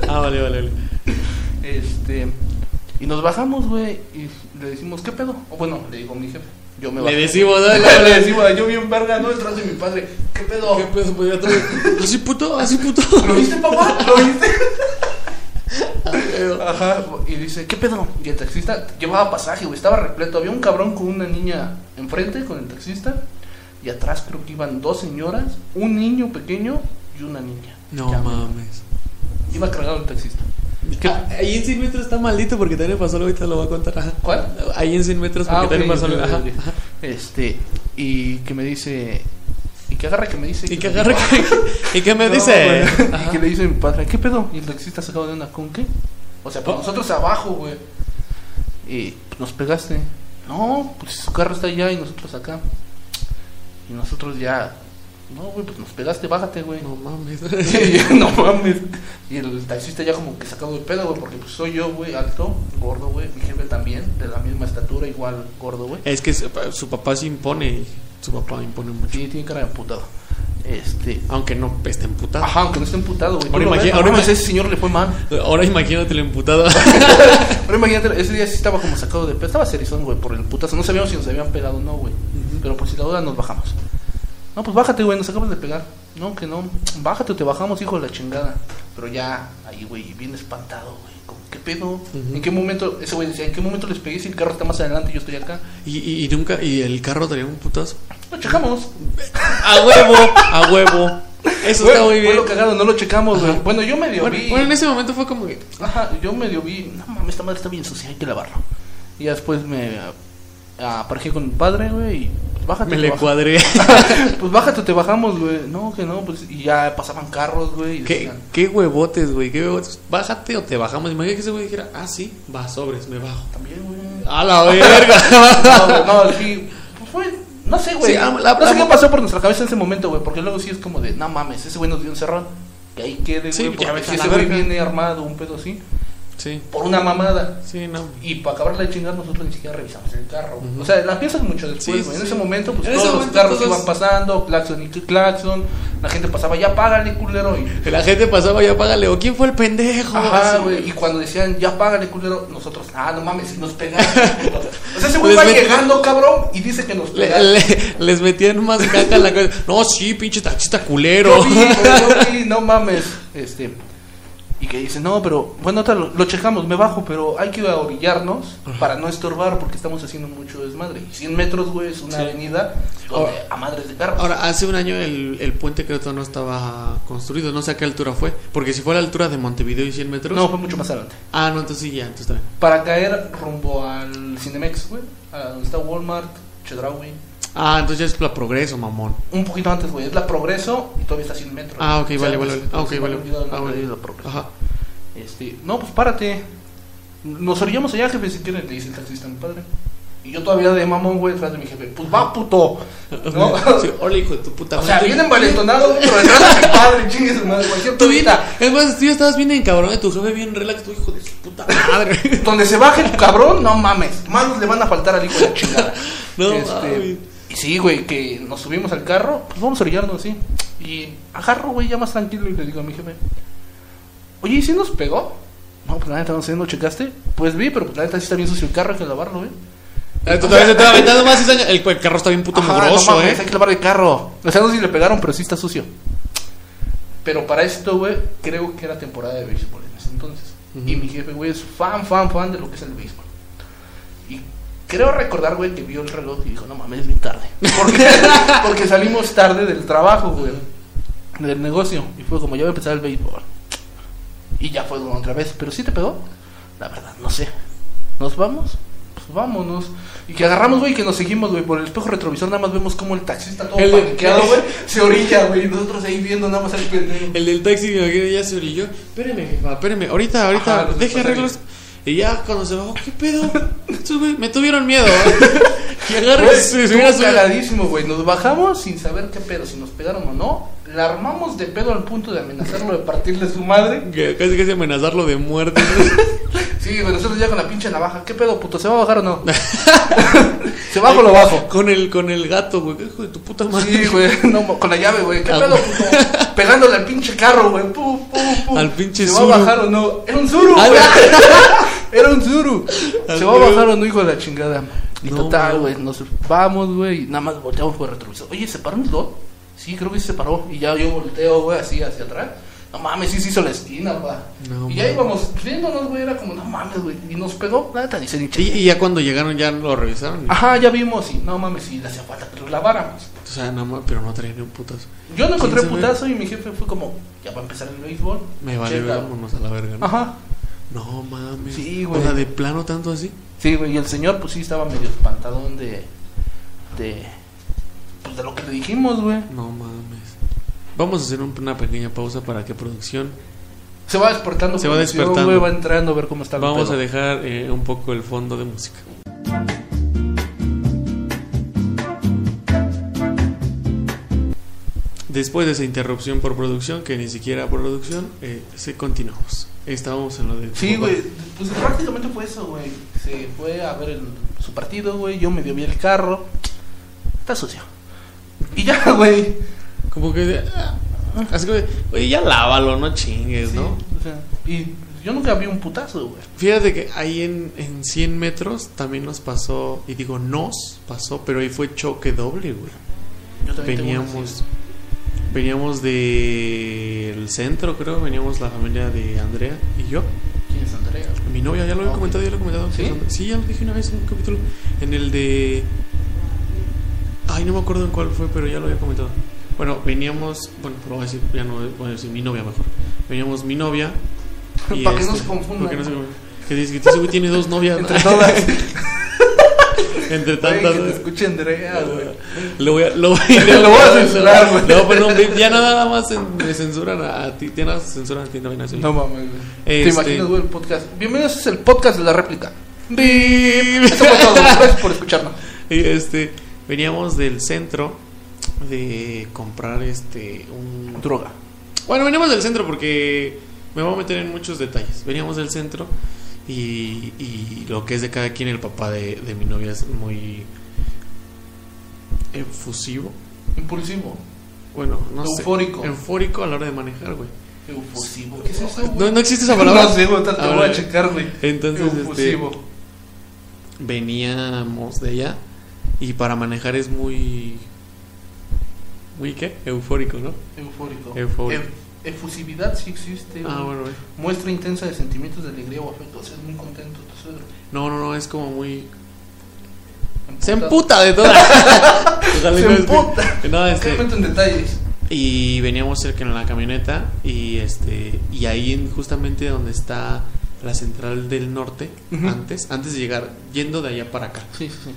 A: ah, vale, vale, vale.
B: Este, y nos bajamos, güey, y le decimos, ¿qué pedo? O bueno, le digo a mi jefe, yo me
A: Le
B: bajé.
A: decimos, dale,
B: Le
A: dale.
B: decimos, yo bien verga, no detrás de mi padre, ¿qué pedo?
A: ¿Qué pedo? Pues ya todo- Así puto, así puto.
B: ¿Lo viste, eh. papá? ¿Lo viste? Ajá, y dice, ¿qué pedo? Y el taxista llevaba pasaje, güey, estaba repleto. Había un cabrón con una niña enfrente, con el taxista, y atrás creo que iban dos señoras, un niño pequeño y una niña.
A: No
B: Ya,
A: mames.
B: Iba cargado el taxista. ¿Qué-
A: Ah, Ahí en 100 metros está maldito porque también pasó algo, ahorita lo voy a contar. ajá.
B: ¿Cuál?
A: Ahí en 100 metros porque
B: Ah, ok,
A: también pasó algo.
B: ok,
A: ajá,
B: ok.
A: ajá.
B: Este, y que me dice, y que agarra que me dice.
A: Y que
B: me
A: agarra
B: dijo,
A: que- ¿Y qué me
B: "No,
A: dice?
B: güey". Y
A: Ajá.
B: que le dice a mi padre, ¿qué pedo? Y el taxista sacado de una con qué. O sea, pues
A: Oh.
B: nosotros abajo, güey. Y pues, nos pegaste. No, pues su carro está allá y nosotros acá. Y nosotros ya. No, güey, pues nos pegaste, bájate, güey.
A: No mames.
B: Sí, no mames. Y el taxista ya como que sacado de pedo, güey, porque pues soy yo, güey, alto, gordo, güey. Mi jefe también, de la misma estatura, igual gordo, güey.
A: Es que su, su papá se impone. Su papá impone mucho.
B: Sí, tiene cara de emputado. Este.
A: Aunque no esté emputado.
B: Ajá, aunque no esté emputado, güey. Tú
A: Ahora
B: lo ves,
A: imagi-
B: no
A: ahora
B: mames,
A: imagi-
B: ese señor le fue mal.
A: Ahora imagínate el emputado.
B: Ahora imagínate, ese día sí estaba como sacado de pedo. Estaba cerizón, güey, por el putazo. No sabíamos si nos habían pegado o no, güey. Pero por si la duda nos bajamos. No, pues bájate, güey, nos acabas de pegar. No, que no. Bájate o te bajamos, hijo de la chingada. Pero ya, ahí, güey, bien espantado, güey. Como, ¿Qué pedo? ¿En qué momento? Ese güey decía, ¿en qué momento les pegué si el carro está más adelante y yo estoy acá?
A: y, y- y nunca. Y el carro tenía un putazo.
B: Lo checamos.
A: A huevo, a huevo. Eso
B: Güey,
A: está muy bien.
B: Fue lo cagado, no lo checamos, güey. Bueno, yo medio
A: Bueno,
B: vi.
A: bueno, en ese momento fue como que.
B: Ajá, yo medio vi. No mames, esta madre está bien sucia, hay que lavarlo. Y ya después me ah, aparejé con mi padre, güey, y pues, bájate.
A: Me
B: te
A: le
B: baja-
A: cuadré.
B: pues bájate, o te bajamos, güey. No, que no, pues. Y ya pasaban carros, güey. y
A: ¿Qué,
B: decían,
A: qué huevotes, güey. Qué huevotes. Bájate o te bajamos. Imagínate que ese güey dijera, ah, sí, va, sobres, me bajo.
B: También, güey.
A: A la verga.
B: No, güey, no, sí. Pues fue. No sé, güey.
A: Sí, am- la-
B: no sé
A: la-
B: qué pasó por nuestra cabeza en ese momento, güey. Porque luego sí es como de, no mames, ese güey nos dio un cerrón. Que ahí quede, güey.
A: Sí, ya
B: porque
A: vete a
B: si
A: la
B: ese güey
A: verga.
B: viene armado, un pedo así.
A: sí,
B: Por una mamada.
A: sí, no.
B: Y para acabar la chingada nosotros ni siquiera revisamos el carro. güey. O sea, las piezas mucho después,
A: Sí,
B: güey.
A: sí,
B: En
A: sí.
B: ese momento, pues
A: En ese
B: todos
A: momento,
B: los carros
A: todos-
B: iban pasando, claxon y claxon. La gente pasaba, ya págale, culero. Y,
A: La gente pasaba ya, págale. ¿O quién fue el pendejo?
B: ajá,
A: Así.
B: güey. Y cuando decían, ya págale, culero, nosotros, ah, no mames, nos pegaste. o sea, ese güey
A: Les
B: va
A: met-
B: llegando, cabrón, y dice que nos
A: Le-
B: pegaste.
A: le- les metían más caca en la cabeza. No, sí, pinche taxista culero.
B: Yo vi, güey, yo vi, no mames. Este. Y que dice, no, pero bueno, ahorita lo, lo checamos, me bajo, pero hay que orillarnos para no estorbar porque estamos haciendo mucho desmadre. Y 100 metros, güey, es una
A: Sí.
B: avenida donde a madres de carros.
A: Ahora, hace un año el, el puente creo que no estaba construido. No sé a qué altura fue. Porque si fue a la altura de Montevideo y 100 metros.
B: No, fue mucho más adelante.
A: Ah, no, entonces sí, ya, entonces está bien.
B: Para caer rumbo al Cinemex, güey, a donde está Walmart, Chedraui.
A: Ah, entonces ya es la progreso, mamón.
B: Un poquito antes, güey, es la Progreso y todavía está a 100 metros.
A: Ah, ok,
B: O sea,
A: vale, vale, vale.
B: entonces,
A: Ah, ok,
B: me
A: vale.
B: olvidó el
A: Ah,
B: nombre
A: vale.
B: de la Progreso.
A: Ajá.
B: Este, no, pues párate. Nos orillamos allá, jefe, si quieren, le dice el taxista a mi padre. Y yo todavía de mamón, güey, detrás de mi jefe. Pues va, puto. ¿No?
A: Sí, hola, hijo de tu puta
B: o sea,
A: madre.
B: bien envalentonado, pero detrás de mi padre, chingues, madre, cualquier
A: Tú bien,
B: puta.
A: es más, tú ya estabas bien encabrón, tu jefe bien relax, tu hijo de su puta madre.
B: Donde se baje el cabrón, no mames. Manos le van a faltar al hijo de la chingada.
A: No
B: Este,
A: mames.
B: Y sí, güey, que nos subimos al carro, pues vamos a orillarnos así. Y agarro, güey, ya más tranquilo y le digo a mi jefe, oye, ¿y si nos pegó? No, pues la neta, no sé, ¿no checaste? Pues vi, pero pues, la neta sí está bien sucio el carro, hay que lavarlo, güey.
A: Ah, tú todavía se estaba aventando más cizaña. El, el carro está bien puto
B: Ajá,
A: mugroso,
B: no mames,
A: eh.
B: Hay que lavar el carro. O sea, no sé si le pegaron, pero sí está sucio. Pero para esto, güey, creo que era temporada de béisbol en ese entonces.
A: Ujú.
B: Y mi jefe, güey, es fan, fan, fan de lo que es el béisbol. Y creo recordar, güey, que vio el reloj y dijo, no mames, es bien tarde. ¿Por qué? Porque salimos tarde del trabajo, güey. Del negocio. Y fue como, ya voy a empezar el béisbol. Y ya fue otra vez. Pero sí te pegó. La verdad, no sé. ¿Nos vamos? Pues vámonos. Y que agarramos, güey, y que nos seguimos, güey, por el espejo retrovisor. Nada más vemos como el taxista todo
A: El-
B: paniqueado, güey, se orilla, güey. Y nosotros ahí viendo nada más al pendejo.
A: El del taxi me imagino ya se orilló. Espéreme, jefa, espéreme. Ahorita, ahorita,
B: Ajá, los
A: deje
B: pasajeros.
A: arreglos. Y ya cuando se bajó, ¿qué pedo? Estos güey me tuvieron miedo. ¿eh? que agarre
B: Güey,
A: y se
B: estuvo
A: hubiera subido.
B: cagadísimo, güey. Nos bajamos sin saber qué pedo, si nos pegaron o no. La armamos de pedo al punto de amenazarlo de partirle su madre.
A: Que Casi casi amenazarlo de muerte.
B: Sí, güey, nosotros ya con la pinche navaja. ¿Qué pedo, puto? ¿Se va a bajar o no? ¿Se bajo o lo bajo?
A: Con el, con el gato, güey. Hijo de tu puta madre.
B: Sí, güey, no, mo- con la llave, güey. ¿Qué
A: Ah,
B: pedo,
A: güey.
B: puto? Pegándole al pinche carro, güey. Pum, pum, pum.
A: Al pinche
B: ¿Se
A: Zuru.
B: va a bajar o no? Era un Zuru,
A: Ah,
B: güey. Era un Zuru.
A: Al
B: ¿Se va a
A: Zuru.
B: bajar o no, hijo de la chingada? Y
A: No,
B: total,
A: no.
B: güey, nos vamos, güey. y Nada más volteamos por el retrovisor. Oye, ¿se paró el dos? Sí, creo que sí se paró. Y ya yo volteo, güey, así hacia atrás. No mames, sí se hizo la esquina, pa.
A: No,
B: y ya
A: mames.
B: íbamos riéndonos, güey. Era como, no mames, güey. Y nos pegó. La neta, ni se ni
A: Y, y ya cuando llegaron, ya lo revisaron.
B: Ajá, ya vimos. Y no mames, sí, le hacía falta que lo laváramos.
A: O sea, nada más, pero no traía ni un putazo.
B: Yo no encontré
A: ¿Quién sabe?
B: putazo y mi jefe fue como, ya va a empezar el béisbol.
A: Me vale,
B: Checa.
A: vámonos a la verga. ¿no?
B: Ajá.
A: No mames.
B: Sí,
A: O sea,
B: güey.
A: de plano tanto así.
B: Sí, güey, y el señor pues sí estaba medio espantadón de... de... pues de lo que le dijimos, güey.
A: No mames. Vamos a hacer un- una pequeña pausa para que producción.
B: Se va despertando.
A: Se va
B: producción,
A: despertando.
B: güey, va entrando a ver cómo está el
A: Vamos
B: pedo.
A: a dejar eh, un poco el fondo de música. Después de esa interrupción por producción, que ni siquiera producción, eh, se continuamos. Estábamos en lo de.
B: Sí, güey, pues prácticamente fue eso, güey. Se fue a ver el- su partido, güey, yo medio vi el carro. Está sucio. Y ya, güey.
A: Como que. de- ah, así como de, oye, ya lávalo, no chingues,
B: Sí,
A: ¿no?
B: o sea, y yo nunca vi un putazo, güey.
A: Fíjate que ahí en, en 100 metros también nos pasó, y digo nos pasó, pero ahí fue choque doble, güey.
B: Yo también tengo una
A: Veníamos,
B: así.
A: veníamos del centro, creo, veníamos la familia de Andrea y yo.
B: ¿Quién es Andrea?
A: Mi novia, ya lo había
B: Ok.
A: comentado, ya lo he comentado.
B: ¿Sí?
A: Sí, ya lo dije una vez en un capítulo. En el de. Ay, no me acuerdo en cuál fue, pero ya lo había comentado. Bueno, veníamos. Bueno, pero voy a decir, ya no, voy a decir mi novia mejor. Veníamos mi novia. este,
B: Para que no se confundan.
A: Para que no se confundan. Que dice que ese güey tiene dos novias.
B: Entre todas.
A: Entre
B: Güey,
A: tantas. Ah,
B: que te escuche Andrea, güey.
A: Lo voy a, lo voy
B: Lo voy a censurar, güey.
A: No, perdón, ya nada más en- me censuran a, a ti. Ya nada más censuran a ti, no ven así.
B: No mames, güey.
A: Este-
B: Te imaginas, güey, el podcast. Bienvenidos es el podcast de la réplica. Esto fue todo, güey. Gracias por escucharnos.
A: Y, este, veníamos del centro de comprar este un
B: Droga.
A: Bueno, veníamos del centro porque me voy a meter en muchos detalles. Veníamos del centro y, y lo que es de cada quien, el papá de, de mi novia es muy efusivo.
B: Impulsivo.
A: Bueno, no sé.
B: Eufórico.
A: Eufórico a la hora de manejar, güey.
B: Eufosivo. ¿Qué es eso, güey?
A: No, no existe esa palabra.
B: No sé, güey, ahorita te
A: Ahora,
B: voy a checar, güey.
A: Entonces, este,
B: Efusivo.
A: veníamos de allá y para manejar es muy... ¿Muy qué? Eufórico, ¿no?
B: Eufórico.
A: Eufórico.
B: Ef- efusividad sí existe.
A: Ah,
B: güey.
A: bueno, güey.
B: Muestra intensa de sentimientos de alegría o afecto. O sea, es muy contento. entonces,
A: No, no, no, es como muy...
B: emputado.
A: Se emputa de todas. Ojalá
B: Se
A: no, este-
B: emputa.
A: No, este,
B: Qué cuento en detalles.
A: Y veníamos cerca en la camioneta y este y ahí en- justamente donde está la central del norte
B: Ujú.
A: antes antes de llegar yendo de allá para acá
B: Sí, sí, sí.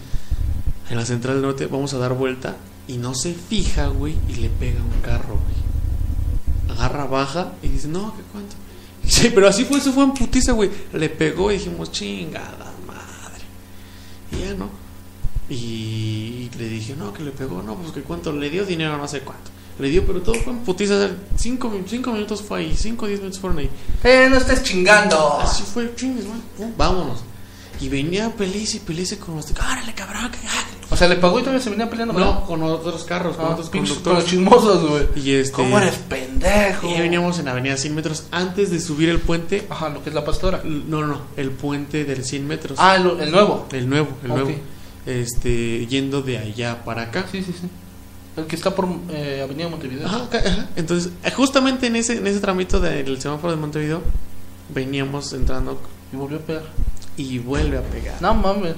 A: en la central del norte vamos a dar vuelta y no se fija güey y le pega un carro güey agarra baja y dice no qué cuánto sí pero así fue eso fue en putiza güey le pegó y dijimos chingada madre y ya no y le dije, no, que le pegó, no, pues que cuánto, le dio dinero, no sé cuánto. Le dio, pero todo fue en putiza. 5 minutos fue ahí, 5 o 10 minutos fueron ahí.
B: ¡Eh, no estés chingando!
A: Así fue, chingues, man, pum, vámonos. Y venía pelice y pelice con los. ¡Árale, cabrón! que- ah, que-
B: O sea, le pagó y todavía se venía peleando.
A: No, con otros carros,
B: con,
A: con otros
B: con los
A: conductores.
B: chismosos, güey.
A: Y este.
B: Ah, ¿Cómo eres pendejo?
A: Y ahí veníamos en avenida 100 metros antes de subir el puente.
B: Ajá, lo que es la pastora.
A: No, no, no, el puente del 100 metros.
B: Ah, el, el nuevo.
A: El nuevo, el
B: Ok.
A: nuevo. Este, yendo de allá para acá.
B: Ah, Sí, sí, sí. El que está por eh, Avenida Montevideo.
A: Ajá, ca- ajá. Entonces, eh, justamente en ese, en ese tramito del semáforo de Montevideo, veníamos entrando
B: Y volvió a pegar.
A: y vuelve a pegar.
B: No mames.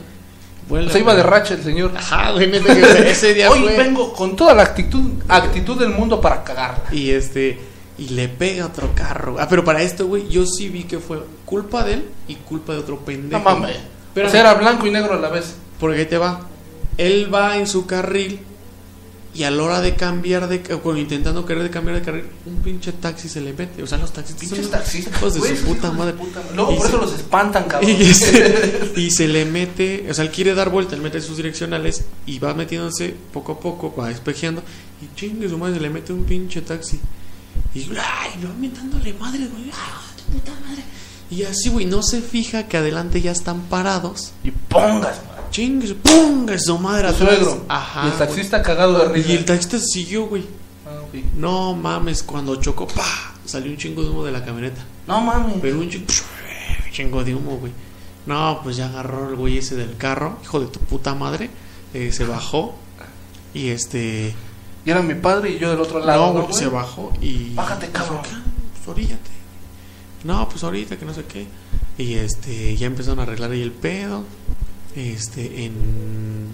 A: Vuelve
B: O sea,
A: a
B: iba de
A: pegar.
B: racha el señor.
A: Ajá, güey, neta que ese día
B: Hoy
A: fue.
B: vengo con toda la actitud, actitud del mundo para cagarla.
A: Y este, y le pega otro carro. Ah, pero para esto, güey, yo sí vi que fue culpa de él y culpa de otro
B: No
A: pendejo.
B: mames.
A: Pero-
B: o sea, era blanco y negro a la vez.
A: Porque ahí te va. Él va en su carril y a la hora de cambiar de ca- o intentando querer de cambiar de carril, un pinche taxi se le mete. O sea, los taxistas son
B: Pinches
A: unos
B: taxistas.
A: hijos de
B: güey,
A: su
B: esos
A: puta
B: hijos de
A: madre.
B: puta madre. Luego,
A: Y
B: por
A: se-
B: eso los espantan, cabrón.
A: Y se, y se le mete, o sea, él quiere dar vuelta, él mete sus direccionales y va metiéndose poco a poco, va espejeando. Y chingue su madre, se le mete un pinche taxi. Y ay, lo va mentándole madre, güey. ah, puta madre. Y así, güey, no se fija que adelante ya están parados.
B: Y pongas, madre.
A: Chingue su, ¡pum! su madre
B: Tu
A: atrás.
B: suegro.
A: Ajá.
B: Y el taxista cagado de
A: güey.
B: risa.
A: Y el taxista siguió, güey.
B: Ah, ok.
A: No mames, cuando chocó, pa, salió un chingo de humo de la camioneta.
B: No mames.
A: Pero un chingo, chingo de humo, güey. No, pues ya agarró el güey ese del carro, hijo de tu puta madre. eh, se bajó y este.
B: Y era mi padre y yo del otro lado.
A: No, güey,
B: güey?
A: se bajó y.
B: Bájate, cabrón.
A: Pues, pues oríllate. No, pues ahorita que no sé qué. Y este, ya empezaron a arreglar ahí el pedo. Este, en,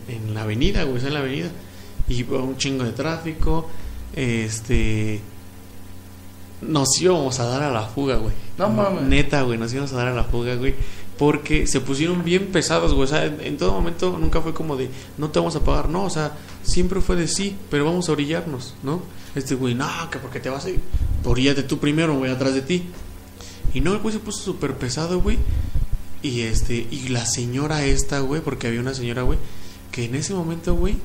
A: en la avenida, güey, o sea, en la avenida. Y va un chingo de tráfico. Este. Nos íbamos a dar a la fuga, güey.
B: No mames.
A: Neta, güey, nos íbamos a dar a la fuga, güey. Porque se pusieron bien pesados, güey. O sea, en, en todo momento nunca fue como de no te vamos a pagar, no. O sea, siempre fue de sí, pero vamos a orillarnos, ¿no? Este güey, no, que porque te vas a ir. Oríllate tú primero, güey, atrás de ti. Y no, el güey se puso súper pesado, güey. Y este, y la señora esta, güey, porque había una señora, güey, que en ese momento, güey,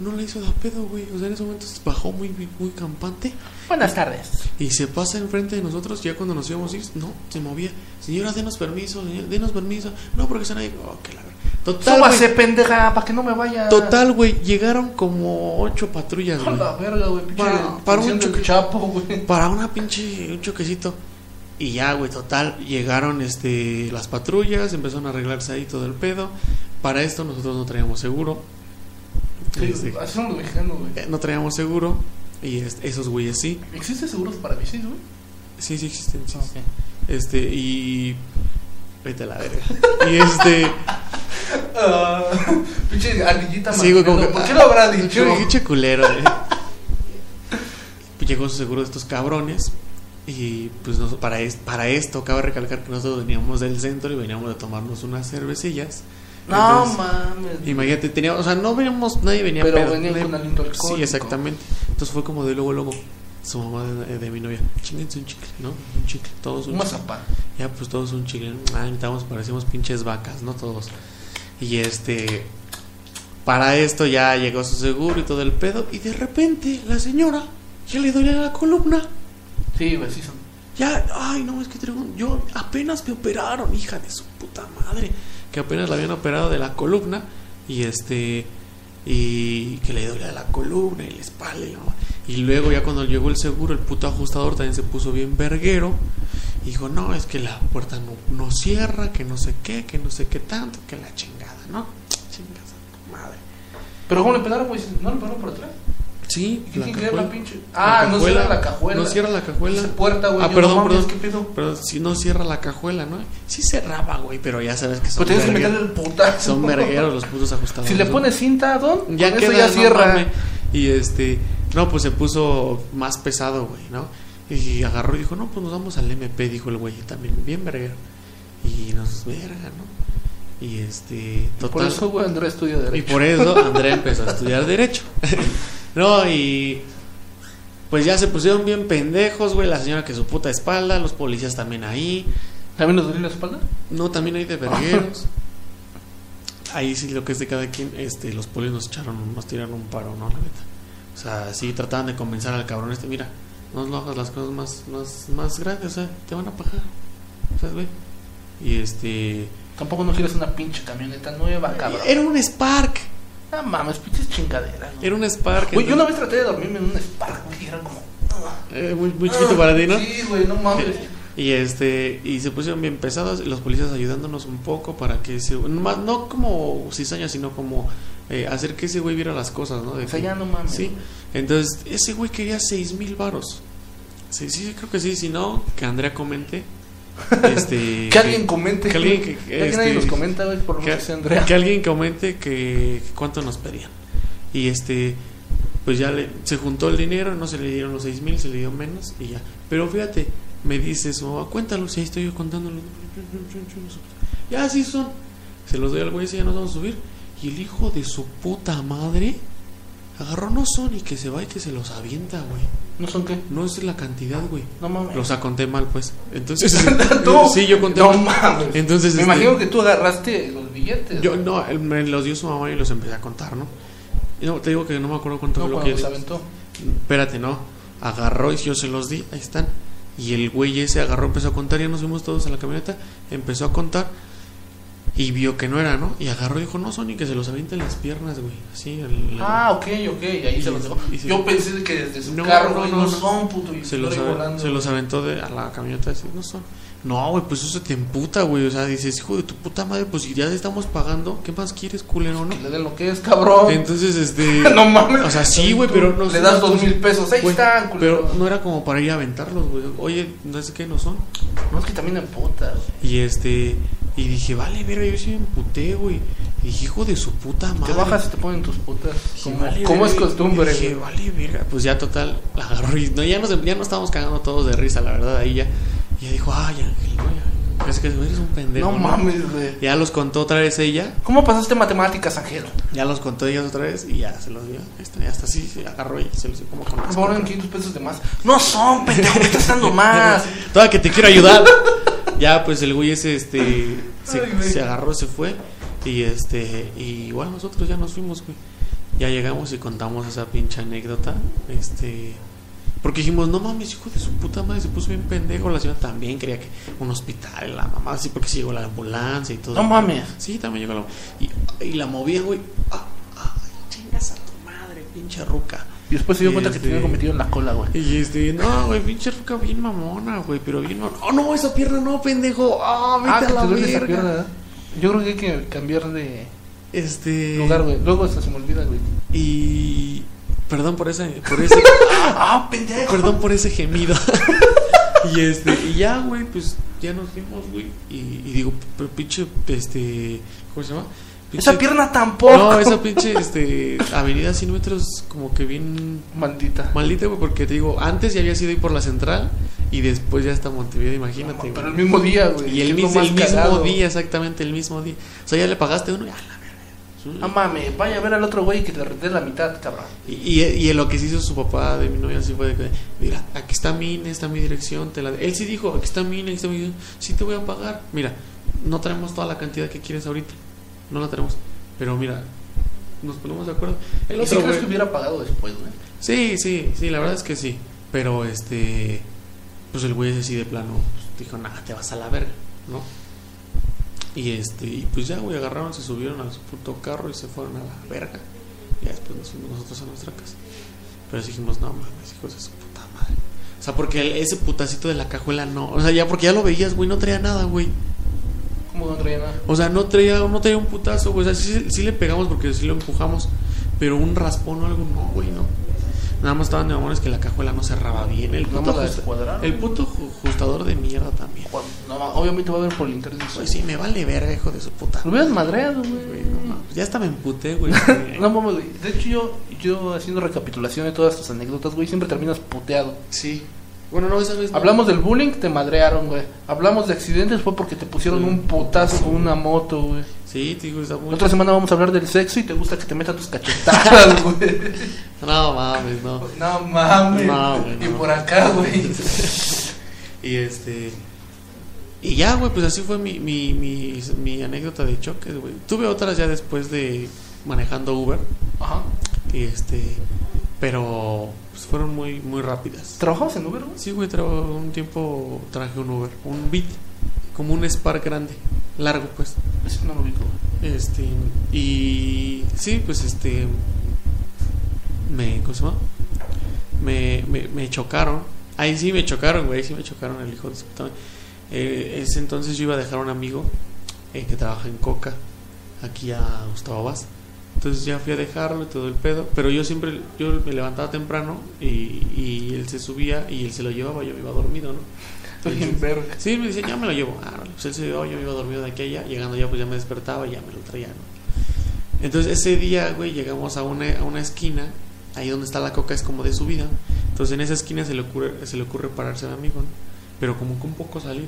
A: no le hizo da pedo, güey. O sea, en ese momento se bajó muy, muy, muy campante.
B: Buenas tardes.
A: Y se pasa enfrente de nosotros, ya cuando nos íbamos a ir, no, se movía. Señora, denos permiso, señora, denos permiso. No, porque están ahí. Oh, que la ver- Total,
B: Súbase,
A: güey,
B: pendeja, para que no me vaya.
A: total, güey, llegaron como ocho patrullas,
B: A
A: güey.
B: la verga, güey. pinche
A: Para- para un
B: función del
A: choque.
B: chapo, güey.
A: Para una pinche, un choquecito. Y ya, güey, total, llegaron este, las patrullas, empezaron a arreglarse ahí todo el pedo. Para esto nosotros no traíamos seguro.
B: Sí,
A: Este,
B: Así son los mexicanos, güey.
A: eh, no traíamos seguro. Y es- esos güeyes sí.
B: ¿Existen seguros para bicis, güey?
A: Sí, sí existen. sí, sí.
B: Ok.
A: Este, y. Vete a la verga. Y este.
B: Ah, pinche ardillita
A: sí, güey, como que.
B: manchando. ¿Por qué lo habrá dicho?
A: Qué pinche culero, güey. Pues Llegó su seguro de estos cabrones. Y pues nos- para, es- para esto, cabe recalcar que nosotros veníamos del centro y veníamos de tomarnos unas cervecillas.
B: No
A: Entonces,
B: mames.
A: Imagínate, teníamos, o sea, no veníamos, nadie venía
B: Pero
A: pedo,
B: venían
A: nadie-
B: con aliento alcohólico.
A: Sí, exactamente. Entonces fue como de luego, luego, su mamá de, de mi novia, chinguense un chicle, ¿no? Un chicle, todos un
B: Un
A: chicle.
B: mazapán.
A: Ya, pues todos un chicle. Ah, estábamos, parecíamos pinches vacas, ¿no? Todos. Y este. Para esto ya llegó su seguro y todo el pedo. Y de repente, la señora ya le dolía la columna.
B: Sí, güey, sí son.
A: Ya, ay, no, es que traigo- yo apenas me operaron, hija de su puta madre. Que apenas la habían operado de la columna. Y este. Y que le dolía la columna y la espalda. Y, la mamá. y luego, ya cuando llegó el seguro, el puto ajustador también se puso bien verguero. Y dijo, no, es que la puerta no, no cierra, que no sé qué, que no sé qué tanto, que la chingada, ¿no? Chingada, madre.
B: Pero ¿cómo le pegaron, güey? ¿No le pegaron por atrás?
A: Sí,
B: ¿Y
A: la
B: ¿Quién quiere
A: cajuela.
B: la pinche? Ah,
A: La
B: no
A: cajuela.
B: cierra la cajuela.
A: No cierra la cajuela.
B: Esa puerta, güey.
A: Ah,
B: yo,
A: perdón,
B: no mames,
A: perdón.
B: ¿Qué pedo?
A: Pero si no cierra la cajuela, ¿no? Sí cerraba, güey, pero ya sabes que son,
B: Pues tienes que
A: vergueros-
B: meterle el putazo.
A: son vergueros los putos ajustados.
B: Si le pones cinta, Don,
A: ya
B: con
A: queda,
B: eso ya
A: no
B: cierra.
A: mames. Y este, no, pues se puso más pesado, güey, ¿no? Y agarró y dijo, no, pues nos vamos al MP, dijo el güey, también bien verguero. Y nos verga, ¿no? Y este, total.
B: Por eso, güey, Andrés estudia
A: Y
B: derecho.
A: por eso Andrea empezó a estudiar Derecho. no, y. Pues ya se pusieron bien pendejos, güey. La señora que su puta espalda, los policías también ahí.
B: ¿También nos dolió la espalda?
A: No, también hay de vergueros. ahí sí, lo que es de cada quien, este, los polis nos echaron, nos tiraron un paro, ¿no? La neta. O sea, sí trataban de convencer al cabrón este, mira, no lo hagas las cosas más, más, más grandes, o sea, te van a pagar. ¿Sabes, güey? Y este.
B: Tampoco no quieres una pinche camioneta nueva, cabrón.
A: Era un Spark.
B: Ah, mames, pinches chingaderas. ¿no?
A: Era un Spark.
B: Güey, yo
A: entonces-
B: una vez traté de dormirme en un Spark, güey, y era como...
A: Eh, muy, muy chiquito para ti, ¿no?
B: Sí, güey, no mames.
A: Y este y se pusieron bien pesados y los policías ayudándonos un poco para que se no más- no como cizaña, sino como eh, hacer que ese güey viera las cosas, ¿no? De
B: O sea,
A: que-
B: ya no mames.
A: Sí. Entonces, ese güey quería seis mil varos. Sí, sí, creo que sí, si no, que Andrea comente. Este,
B: Que alguien comente.
A: que alguien
B: güey.
A: que-
B: Ya que nadie
A: este-
B: nos comenta, güey, por lo menos que sea Andrea.
A: que alguien comente que, que cuánto nos pedían. Y este, pues ya le- se juntó el dinero, no se le dieron los seis mil, se le dio menos y ya. Pero fíjate, me dice su mamá, cuéntalo, si ahí estoy yo contándolo. Ya así son. Se los doy al güey, si ya nos vamos a subir. Y el hijo de su puta madre agarró no son y que se va y que se los avienta, güey.
B: ¿No son qué?
A: No es la cantidad, güey.
B: No mames.
A: Los aconté mal, pues. Entonces,
B: ¿Tú?
A: sí, yo conté
B: No
A: mal.
B: mames.
A: Entonces,
B: Me
A: este-
B: imagino que tú agarraste los billetes.
A: yo
B: no,
A: no, él me los dio su mamá y los empecé a contar, ¿no? Y no, te digo que no me acuerdo cuánto fue lo
B: cuando
A: que
B: los aventó.
A: Espérate, no. Agarró y yo se los di, ahí están. Y el güey ese agarró, empezó a contar, ya nos fuimos todos a la camioneta, empezó a contar y vio que no era, ¿no? Y agarró y dijo, no, Sony, que se los avienten las piernas, güey. Así, el-
B: Ah, ok, ok, ahí
A: Y-
B: se los dejó.
A: y se-
B: Yo pensé que desde su
A: No,
B: carro,
A: no,
B: güey,
A: no,
B: no,
A: no.
B: son, puto. y
A: se los,
B: estoy
A: ave-
B: volando.
A: se los aventó de, a la camioneta así, no son. No, güey, pues eso se te emputa, güey. O sea, dices, hijo de tu puta madre, pues si ya te estamos pagando, ¿qué más quieres, culero, no?
B: Que le den lo que es, cabrón.
A: Entonces, este.
B: Oh. no mames.
A: O sea, sí, güey,
B: Tú
A: pero no
B: Le das
A: no-
B: dos mil pesos, ahí
A: Güey,
B: están, culero.
A: Pero no era como para ir a aventarlos, güey. Oye, no sé qué no son.
B: No, es que también en puta, güey.
A: Y este. Y dije, vale, verga, yo sí me emputé, güey. Y dije, hijo de su puta madre.
B: Te bajas y te ponen tus putas.
A: Dije,
B: Como,
A: "Vale,
B: como es
A: verga".
B: costumbre,
A: Dije,
B: güey.
A: vale, verga. Pues ya, total, la agarró y no, ya, nos, ya nos estábamos cagando todos de risa, la verdad, ahí ya. Y ya dijo, ay, Ángel, no, ya. Es que eres un pendejo.
B: No mames, güey.
A: Ya los contó otra vez ella.
B: ¿Cómo pasaste matemáticas, Ángel?
A: Ya los contó ellas otra vez y ya se los dio. Este, ya hasta así se agarró y se los dio como con
B: Por
A: las
B: favor, en 500 pesos de más. No son, pendejo, me estás dando más.
A: Toda que te quiero ayudar. ya, pues el güey ese este, se,
B: Ay, güey.
A: se agarró, se fue. Y este, y igual nosotros ya nos fuimos, güey. Ya llegamos y contamos esa pinche anécdota. Este, Porque dijimos, no mames, hijo de su puta madre, se puso bien pendejo. La señora también creía que un hospital, la mamá, sí, porque sí llegó la ambulancia y todo.
B: No mames.
A: Sí, también llegó la Y, y la movía, güey. Ah, ah, chingas a tu madre, pinche ruca.
B: Y después se dio cuenta que
A: Este-
B: tenía algo metido en la cola, güey.
A: Y este, no, güey, pinche ruca bien mamona, güey, pero bien mamona. Oh, no, esa pierna no, pendejo. Ah,
B: Ah,
A: vete
B: que
A: a la
B: te duele esa
A: verga.
B: pierna, ¿verdad? Yo creo que hay que cambiar de
A: Este.
B: lugar, güey. Luego hasta se me olvida, güey.
A: Y. Perdón por ese. Por ese
B: ¡Ah, pendejo!
A: perdón por ese gemido. y este. Y ya, güey, pues ya nos dimos, güey. Y, y digo, pero pinche. Este. ¿Cómo se llama? Pinche-
B: Esa pierna tampoco.
A: No, esa pinche este, avenida 100 metros, como que bien
B: Maldita.
A: maldita, güey, porque te digo, antes ya había sido ir por la central y después ya hasta Montevideo, imagínate.
B: Pero
A: güey.
B: el mismo día, güey.
A: Y
B: que
A: el,
B: es lo
A: mis- el
B: Pues, más
A: mismo
B: cagado.
A: día, exactamente el mismo día. O sea, ya le pagaste uno y a la verga. Es un-
B: No mames, vaya a ver al otro güey que te retén la mitad, cabrón.
A: Y, y, y lo que se hizo su papá de mi novia así fue de que, mira, aquí está mi INE, está mi dirección, te la... Él sí dijo, aquí está mi INE, aquí está mi dirección, sí te voy a pagar. Mira, no traemos toda la cantidad que quieres ahorita, no la traemos, pero mira, nos ponemos de acuerdo. El
B: ¿Y si
A: otro,
B: crees
A: güey-
B: que hubiera pagado después, güey?
A: Sí, sí, sí, la verdad es que sí, pero este, pues el güey ese sí de plano pues, dijo, nada, te vas a la verga, ¿no? Y este, y pues ya, güey, agarraron, se subieron a su puto carro y se fueron a la verga. Y después nos fuimos nosotros a nuestra casa. Pero dijimos, no mames, hijos de su puta madre. O sea, porque el- ese putacito de la cajuela no. O sea, ya porque ya lo veías, güey, no traía nada, güey.
B: ¿Cómo no traía nada?
A: O sea, no traía, no traía un putazo, güey. O sea, sí, sí le pegamos porque sí lo empujamos. Pero un raspón o algo, no, güey, no. Nada más estaban de mamones que la cajuela no cerraba bien. El
B: Nada
A: puto,
B: más la
A: ajusta-
B: descuadraron.
A: el puto ju- ajustador de mierda también.
B: Bueno, no, obviamente va a ver por el internet.
A: Pues sí, me vale verga, hijo de su puta.
B: Lo hubieras madreado,
A: Güey,
B: güey.
A: no mames. ya hasta me emputé, güey.
B: No mames, güey. De hecho, yo, yo haciendo recapitulación de todas tus anécdotas, güey, siempre terminas puteado.
A: Sí. Bueno, no, esa vez. no.
B: Hablamos del bullying, te madrearon, güey. Hablamos de accidentes, fue porque te pusieron
A: Sí.
B: un putazo con una moto, güey.
A: Sí, te digo, está
B: La
A: muy.
B: Otra semana vamos a hablar del sexo y te gusta que te metan tus cachetadas, güey.
A: No mames, no.
B: No mames.
A: No, güey,
B: y
A: no.
B: por acá, güey.
A: Y este. Y ya, güey, pues así fue mi, mi, mi, mi anécdota de choques, güey. Tuve otras ya después de manejando Uber.
B: Ajá.
A: Y este. Pero pues fueron muy, muy rápidas.
B: ¿Trabajamos en Uber, güey?
A: Sí, güey, tra- un tiempo traje un Uber, un Beat, como un Spark grande, largo, pues.
B: Ese no lo ubico, güey.
A: Este. Y. Sí, pues este. Me. ¿Cómo se llama? Me, me, me chocaron. Ahí sí me chocaron, güey. Ahí sí me chocaron el hijo de su puta madre. Eh, ese entonces yo iba a dejar a un amigo eh, que trabaja en Coca, aquí a Gustavo Vaz. Entonces ya fui a dejarlo y todo el pedo. Pero yo siempre. Yo me levantaba temprano y, y él se subía y él se lo llevaba. Yo me iba dormido, ¿no?
B: Estoy en verga.
A: Sí, me decía, ya me lo llevo. Ah, vale. pues él se llevó, yo me iba dormido de aquí a allá. Llegando ya, pues ya me despertaba y ya me lo traía, ¿no? Entonces ese día, güey, llegamos a una, a una esquina. Ahí donde está la coca es como de subida. Entonces en esa esquina se le ocurre, se le ocurre pararse a mi amigo, ¿no? Pero como que un poco salido.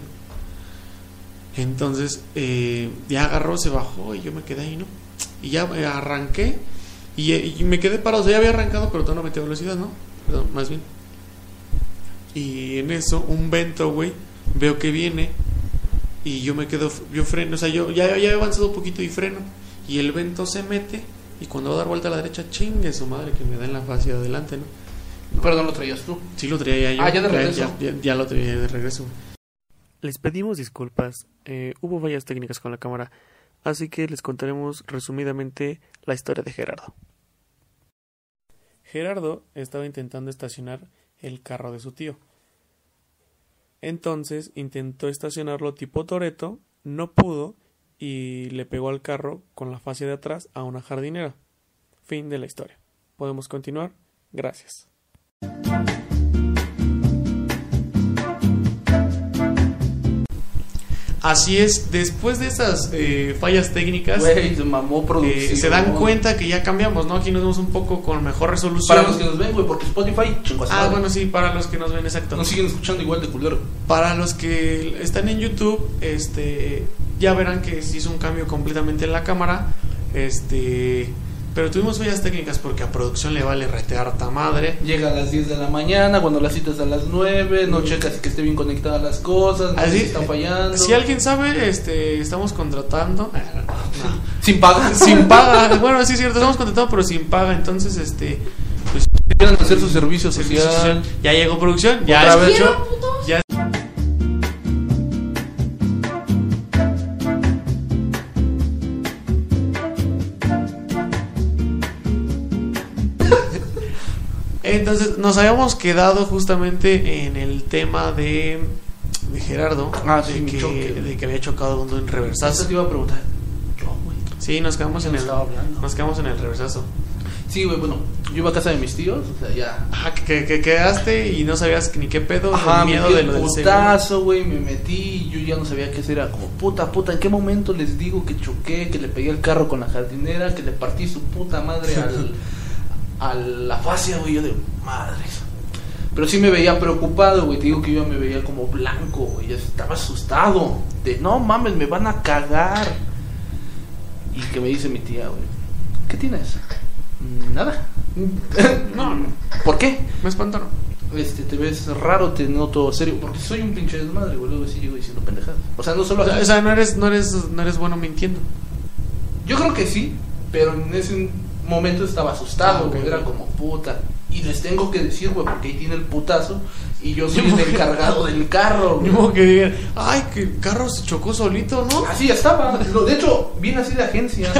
A: Entonces eh, ya agarró, se bajó y yo me quedé ahí, ¿no? Y ya eh, arranqué y, eh, y me quedé parado. O sea, ya había arrancado, pero todavía no metía velocidad, ¿no? Perdón, más bien. Y en eso, un vento, güey, veo que viene y yo me quedo, yo freno, o sea, yo ya, ya he avanzado un poquito y freno. Y el vento se mete y cuando va a dar vuelta a la derecha, chingue su madre que me da en la fase de adelante, ¿no?
B: Pero no lo traías tú.
A: Sí lo traía ya yo.
B: Ah, ya de regreso.
A: Ya, ya- ya lo traía de regreso. Les pedimos disculpas. eh, hubo varias técnicas con la cámara. Así que les contaremos resumidamente la historia de Gerardo. Gerardo estaba intentando estacionar el carro de su tío. Entonces intentó estacionarlo tipo Toreto, no pudo y le pegó al carro con la fascia de atrás a una jardinera. Fin de la historia. Podemos continuar. Gracias. Así es, después de esas eh, fallas técnicas,
B: Güey, se mamó
A: eh,
B: producción.
A: se dan cuenta que ya cambiamos, ¿no? Aquí nos vemos un poco con mejor resolución.
B: Para los que nos ven, güey, porque Spotify, chingos.
A: Ah, bueno, sí, para los que nos ven, exacto.
B: Nos siguen escuchando igual de culero.
A: Para los que están en YouTube, este, ya verán que se hizo un cambio completamente en la cámara, este, pero tuvimos fallas técnicas porque a producción le vale retear ta madre.
B: Llega a las 10 de la mañana, cuando la citas a las 9, no
A: Mm.
B: checas que esté bien conectada las cosas, no sé
A: Así-
B: si está fallando.
A: Si alguien sabe, este, estamos contratando. No.
B: Sin pago.
A: sin paga. Bueno, sí es cierto, estamos contratados, pero sin paga. Entonces, este, Pues,
B: Quieren hacer su servicio
A: servicio
B: social.
A: social. Ya llegó producción. Ya
B: Otra vez.
A: escuchó,
C: ¿Vieron, putos?
A: Ya Entonces, nos habíamos quedado justamente en el tema de, de Gerardo,
B: Ah,
A: de,
B: sí, un
A: que,
B: choque.
A: de que había chocado un en
B: Eso
A: reversazo.
B: te iba a preguntar. Yo, güey.
A: Sí, nos quedamos en
B: No
A: el
B: estaba hablando.
A: nos quedamos en el reversazo.
B: Sí, güey, bueno, yo iba a casa de mis tíos, o sea, ya.
A: Ajá, que, que quedaste y no sabías ni qué pedo, del
B: me
A: miedo
B: dio
A: de
B: el
A: lo del seguro.
B: putazo, güey, me metí y yo ya no sabía qué hacer. Era como, puta, puta, ¿en qué momento les digo que choqué, que le pegué el carro con la jardinera, que le partí su puta madre al, a la fascia, güey? Yo de madres. Pero sí me veía preocupado, güey. Te digo que yo me veía como blanco, güey. ya Estaba asustado. De no mames, me van a cagar. Y que me dice mi tía, güey. ¿Qué tienes? "Mm, Nada.
A: No, no,
B: ¿Por qué?
A: me espantaron.
B: Este, te ves raro, te noto serio. Porque soy un pinche desmadre, güey. Luego sí llego diciendo pendejadas. O sea, no solo.
A: O sea, o sea, no eres, no eres, no eres bueno mintiendo.
B: Yo creo que sí, pero en ese momento estaba asustado,
A: Ah, ok.
B: güey. Era como puta. Y les tengo que decir, güey, porque ahí tiene el putazo. Y yo soy
A: Ni modo
B: el
A: que-
B: encargado del carro,
A: Ni
B: güey.
A: modo que digan, ay, que el carro se chocó solito, ¿no?
B: Así estaba. Lo- De hecho, viene así de agencia.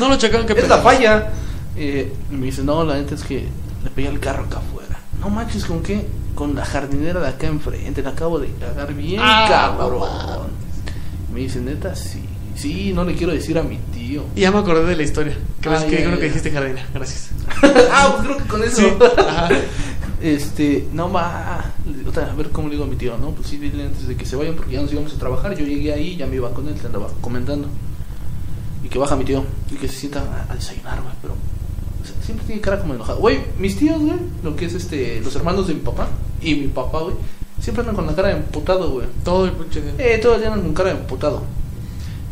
A: No lo chocaron, que
B: es la falla. Eh, y me dice, no, la neta es que le pegué el carro acá afuera. No manches, ¿con qué? Con la jardinera de acá enfrente. La acabo de cagar bien,
A: Ah,
B: cabrón.
A: no mames.
B: me dice, neta, sí. Sí, no le quiero decir a mi tío.
A: Y ya me acordé de la historia. Que ves
B: Ah,
A: que
B: ya,
A: creo
B: ya.
A: que dijiste jardina, gracias.
B: ah, pues creo que con eso.
A: Sí, ajá.
B: Este, no va. le- otra, A ver cómo le digo a mi tío, ¿no? Pues sí, dile antes de que se vayan porque ya nos íbamos a trabajar. Yo llegué ahí, ya me iba con él, te andaba comentando. Y que baja mi tío y que se sienta a, a desayunar, güey. Pero o sea, siempre tiene cara como enojado. Güey, mis tíos, güey, lo que es este, los hermanos de mi papá y mi papá, güey, siempre andan con la cara de emputado, güey.
A: Todo el pinche día.
B: Eh, todos tienen un cara de emputado.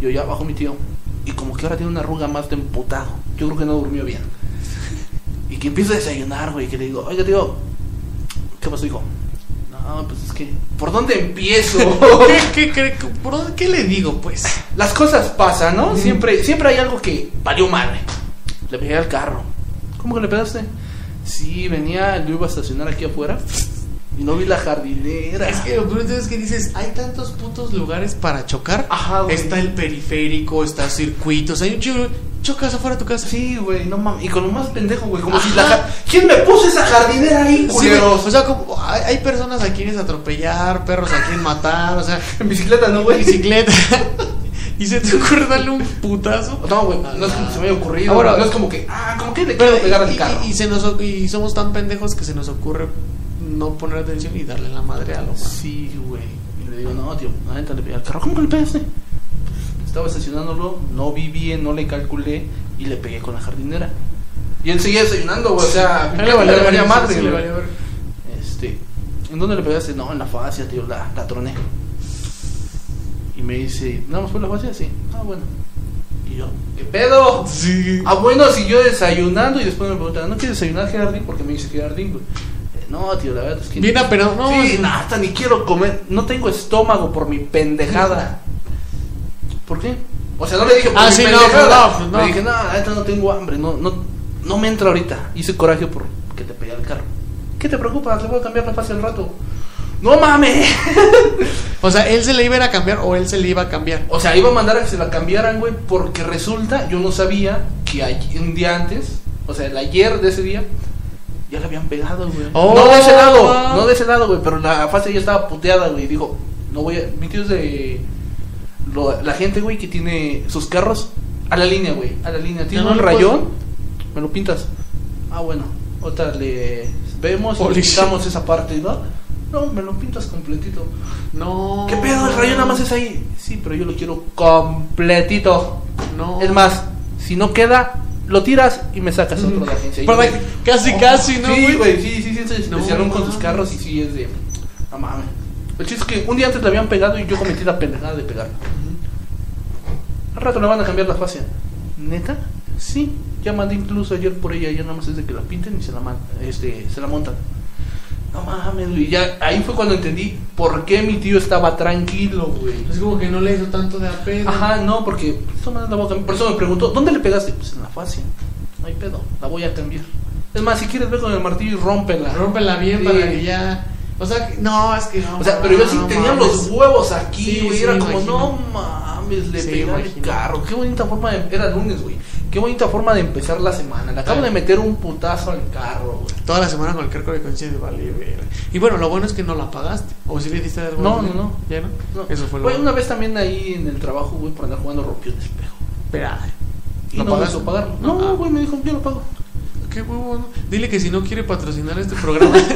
B: Yo ya bajo mi tío. Y como que ahora tiene una arruga más de emputado. Yo creo que no durmió bien. Y que empieza a desayunar, güey. Que le digo, oiga, tío, ¿qué pasó, hijo? No, pues es que, ¿por dónde empiezo?
A: ¿Qué, qué, cre- qué- por dónde- qué le digo, pues?
B: Las cosas pasan, ¿no? Siempre, siempre hay algo que valió madre. Le pegué al carro. ¿Cómo que le pegaste? Sí, venía, yo iba a estacionar aquí afuera. Y no vi la jardinera.
A: Es que lo peor de todo es que dices, hay tantos putos lugares para chocar.
B: Ajá, Ah, güey.
A: Está el periférico, está circuitos, hay un chico. Chocas afuera de tu casa.
B: Sí, güey, no mames. Y con lo más pendejo, güey. Como si
A: Ajá.
B: la. ja- ¿Quién me puso esa jardinera ahí,
A: Sí, güey,
B: culeros?
A: o sea, como, hay, hay personas a quienes atropellar, perros a quien matar, o sea,
B: en bicicleta, ¿no, güey?
A: bicicleta. y se te ocurre darle un putazo.
B: No, güey, no es como que se me haya ocurrido.
A: Ahora-
B: güey, no es como que. Ah, como que le
A: Pero,
B: quiero pegar
A: y-
B: al carro.
A: Y, y se nos, o- y somos tan pendejos que se nos ocurre no poner atención y darle la madre a lo más.
B: Sí, güey. Y le digo, no, tío, la neta le pegué al carro. ¿Cómo que le pegaste? Estaba estacionándolo, no vi bien, no le calculé y le pegué con la jardinera. Y él seguía desayunando, güey, o sea,
A: A él le valía verga,
B: madre,
A: sí, sí, le
B: güey.
A: valía verga.
B: Este, ¿en dónde le pegaste? No, en la fascia, tío, la, la troné. Y me dice, ¿nada más fue la fascia? Sí. Ah, bueno. Y yo, ¿qué pedo?
A: Sí.
B: Ah, bueno, siguió desayunando y después me preguntaron, ¿no quieres desayunar, Gerardín? Porque me dice Gerardín, güey. Eh, no, tío, la verdad es que...
A: Bien apenado, no.
B: sí, no, hasta ni quiero comer. No tengo estómago por mi pendejada. ¿Por qué? O sea, no le dije por
A: Ah,
B: mi
A: sí, no,
B: pendejada.
A: pues no, pues no.
B: Le dije, no, la neta no tengo hambre. No, no, no me entra ahorita. Hice coraje por que te pegué al carro. ¿Qué te preocupa? Le voy a cambiar la fase al rato. ¡No mames!
A: O sea, él se le iba a ir a cambiar o él se le iba a cambiar.
B: O sea, iba a mandar a que se la cambiaran, güey, porque resulta, yo no sabía que ay- un día antes, o sea, el ayer de ese día, ya la habían pegado, güey.
A: Oh,
B: no de ese lado,
A: wow.
B: no de ese lado, güey, pero la fase ya estaba puteada, güey. Dijo, no voy a. Mi tío es de. lo- la gente, güey, que tiene sus carros a la línea, güey, a la línea. Tiene
A: no
B: un
A: le puedes-
B: rayón, me lo pintas. Ah, bueno, otra le vemos y le
A: Holy shit.
B: quitamos esa parte, ¿no? No, me lo pintas completito.
A: No.
B: ¿Qué pedo? El rayo nada más es ahí. Sí, pero yo lo quiero completito.
A: No.
B: Es más, si no queda, lo tiras y me sacas otro de agencia. Y
A: Pero,
B: yo-
A: casi, casi, ¿no,
B: Sí,
A: güey?
B: güey, sí, sí, sí, es
A: No,
B: especialón con sus
A: mames.
B: carros y sí es de. No mames. El chiste es que un día antes le habían pegado y yo cometí la pendejada de pegar. Al rato le van a cambiar la fascia. ¿Neta? Sí, ya mandé incluso ayer por ella, ya nada más es de que la pinten y se la, man- este, se la montan. No mames, güey. Ya ahí fue cuando entendí por qué mi tío estaba tranquilo, güey.
A: Es como que no le hizo tanto de apego.
B: Ajá, no, porque de todas maneras la voy a cambiar. Por eso me preguntó, ¿dónde le pegaste? Pues en la fascia. No hay pedo, la voy a cambiar. Es más, si quieres, ve con el martillo y rómpela.
A: Rómpela bien
B: Sí.
A: para que ya. O sea, que- no, es que no.
B: O sea, pero yo sí
A: no
B: tenía
A: mames.
B: los huevos aquí,
A: Sí,
B: güey.
A: sí,
B: era
A: me
B: como,
A: imagino.
B: no mames, le
A: Sí,
B: pegué al
A: imagino.
B: carro. Qué bonita forma de. Era lunes, güey. Qué bonita forma de empezar la semana. Le acabo
A: Sí.
B: de meter un putazo al carro, güey.
A: Toda la semana con el cálculo de conciencia, vale, verga. Y bueno, lo bueno es que no la pagaste. O si le diste algo.
B: No, no, no.
A: ¿Ya no? Pues,
B: No.
A: Eso fue lo
B: Güey,
A: bueno.
B: una vez también ahí en el trabajo, güey, por andar jugando rompió el espejo.
A: Pero, ay,
B: Y
A: ¿Lo
B: no
A: pagaste?
B: pagaste? pagarlo. No,
A: Ah.
B: güey, me dijo, yo lo pago.
A: qué huevo, ¿no? Dile que si no quiere patrocinar este programa.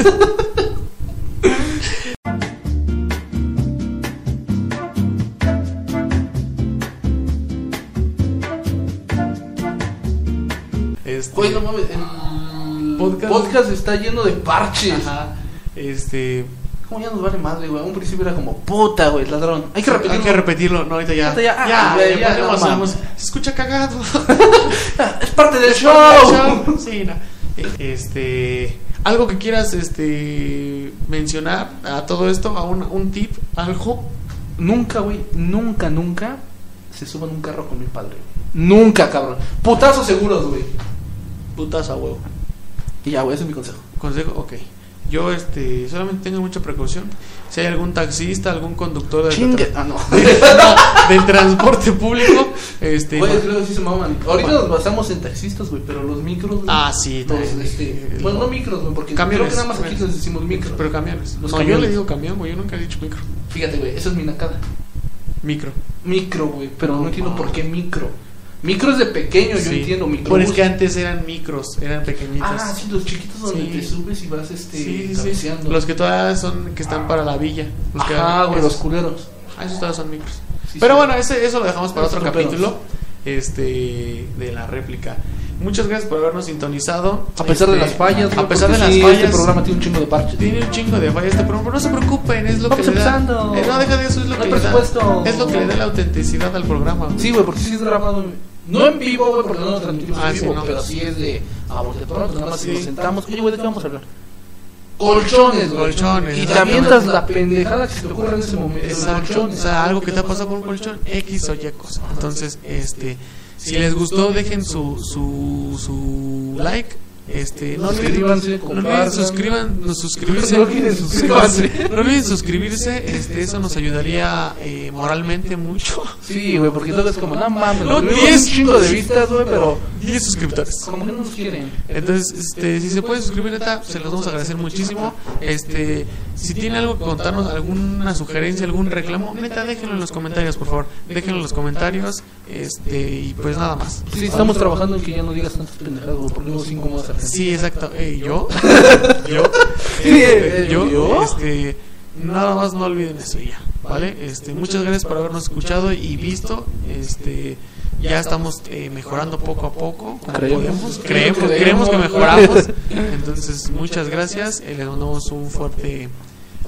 A: Este-
B: Güey, no mames, el
A: Podcast.
B: podcast, está lleno de parches.
A: Ajá. Este.
B: ¿Cómo ya nos vale madre, güey? A Un principio era como, puta, güey, ladrón. Hay que repetirlo.
A: repetirlo. No, ahorita ya.
B: Ahorita ya, ah,
A: ya, ya
B: güey, ya,
A: ponemos,
B: no mames.
A: somos- Se escucha cagado.
B: Es parte del show.
A: Sí, no. Este. Algo que quieras este, mencionar a todo esto, a un, un tip, algo.
B: Nunca, güey, nunca, nunca se suban a un carro con mi padre. Nunca, cabrón. Putazos seguros, güey.
A: Putas a huevo.
B: Y ya, güey, ese es mi consejo.
A: Consejo, ok. Yo este, solamente tengo mucha precaución. Si hay algún taxista, algún conductor del,
B: Chingue. Ah, no.
A: tra- del transporte público, este.
B: Güey,
A: ma-
B: creo que sí se maman. Ahorita
A: Bueno.
B: nos basamos en taxistas, güey, pero los micros. güey,
A: Ah, sí,
B: los,
A: también.
B: este, Bueno, no micros, güey, porque
A: Camiones,
B: creo que nada más aquí
A: camiones.
B: les decimos micro.
A: Pero camiones.
B: Los
A: no, yo
B: camiones.
A: le digo camión, güey. Yo nunca he dicho micro.
B: Fíjate, güey, eso es mi nacada.
A: Micro.
B: Micro, güey, pero no,
A: No,
B: entiendo
A: ma.
B: por qué micro. Micro es de pequeño, yo
A: Sí.
B: entiendo. Micro.
A: Pero es que antes eran micros, eran pequeñitos.
B: Ah, sí, los chiquitos donde
A: Sí.
B: te subes y vas, este,
A: Sí, sí, sí.
B: cabeceando. Ah.
A: Los que todavía son, que están para la villa. Los que-
B: Ajá, güey, los
A: esos,
B: culeros.
A: ah, esos todavía son micros.
B: Sí,
A: Pero
B: sí.
A: bueno, ese, eso lo dejamos para
B: Esos
A: otro
B: son pedos.
A: capítulo este, de la réplica. Muchas gracias por habernos sintonizado.
B: A pesar de
A: Este,
B: las fallas, güey,
A: a pesar de
B: porque
A: las
B: sí,
A: fallas,
B: Este programa tiene un chingo de parches.
A: tiene un chingo de fallas este programa, pero no se preocupen, es lo
B: Vamos
A: que le da.
B: empezando.
A: Eh, no, deja de eso, es lo
B: No
A: que
B: hay
A: le da-
B: presupuesto.
A: es lo que le da la autenticidad al programa. güey.
B: Sí, güey, porque sí es grabado. en- No en vivo, güey, porque no lo transmitimos
A: Ah,
B: en
A: sí,
B: vivo,
A: no.
B: pero sí es de a bote pronto, nada más
A: Sí.
B: nos sentamos. Oye, güey, ¿de qué vamos a hablar? Colchones, güey.
A: Colchones,
B: Y
A: exacto.
B: también mientras la pendejada que se te ocurra en ese momento.
A: Exacto, o
B: Colchones.
A: sea, algo que te ha pasado por un colchón, X o Y cosa. Entonces, este, si les gustó, dejen su, su, su like. Este, no olviden, no
B: Suscríbanse,
A: olviden
B: compartan.
A: suscriban, no, suscribirse,
B: No olviden suscribanse.
A: suscríbanse. No olviden suscribirse, este, eso nos ayudaría eh, moralmente mucho.
B: Sí, güey, porque todo es como, no mames,
A: No,
B: no,
A: diez.
B: un chingo de vistas, güey, pero
A: 10 suscriptores.
B: como que no nos quieren.
A: Entonces, este, si se puede suscribir, neta, se los vamos a agradecer muchísimo. Este, si tiene algo que contarnos, alguna sugerencia, algún reclamo, neta, déjenlo en los comentarios, por favor. Déjenlo en los comentarios. Este, y pues nada más.
B: Sí, estamos trabajando en que ya no digas tantas pendejadas, güey, porque luego cinco más
A: Sí, exacto. Eh, yo, yo,
B: Sí,
A: este,
B: eh,
A: yo,
B: ¿yo?
A: este, nada más no olviden eso y ya, ¿vale? Este, muchas gracias por habernos escuchado y visto. Este, ya estamos eh, mejorando poco a poco. como
B: Creemos.
A: podemos. Creemos, creemos
B: Creemos.
A: que mejoramos. Entonces, muchas gracias. Eh, les mandamos un fuerte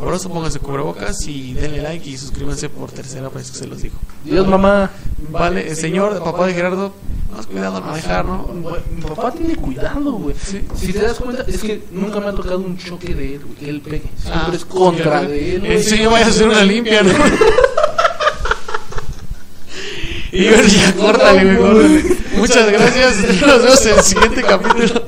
A: abrazo. Pónganse cubrebocas y denle like y suscríbanse por tercera vez que se los digo.
B: Dios, mamá.
A: Vale, eh, señor, papá de Gerardo, más cuidado al manejar, ¿no?
B: Güey, Mi papá tiene cuidado, güey.
A: Sí.
B: Si te das cuenta, es que nunca me ha tocado un choque de él, güey, que él pegue. Siempre
A: Ah,
B: es contra de él. güey.
A: En serio, vaya a hacer una limpia, ¿no? Igor, ya córtale, güey, córtale. Muchas gracias. Nos vemos en el siguiente capítulo.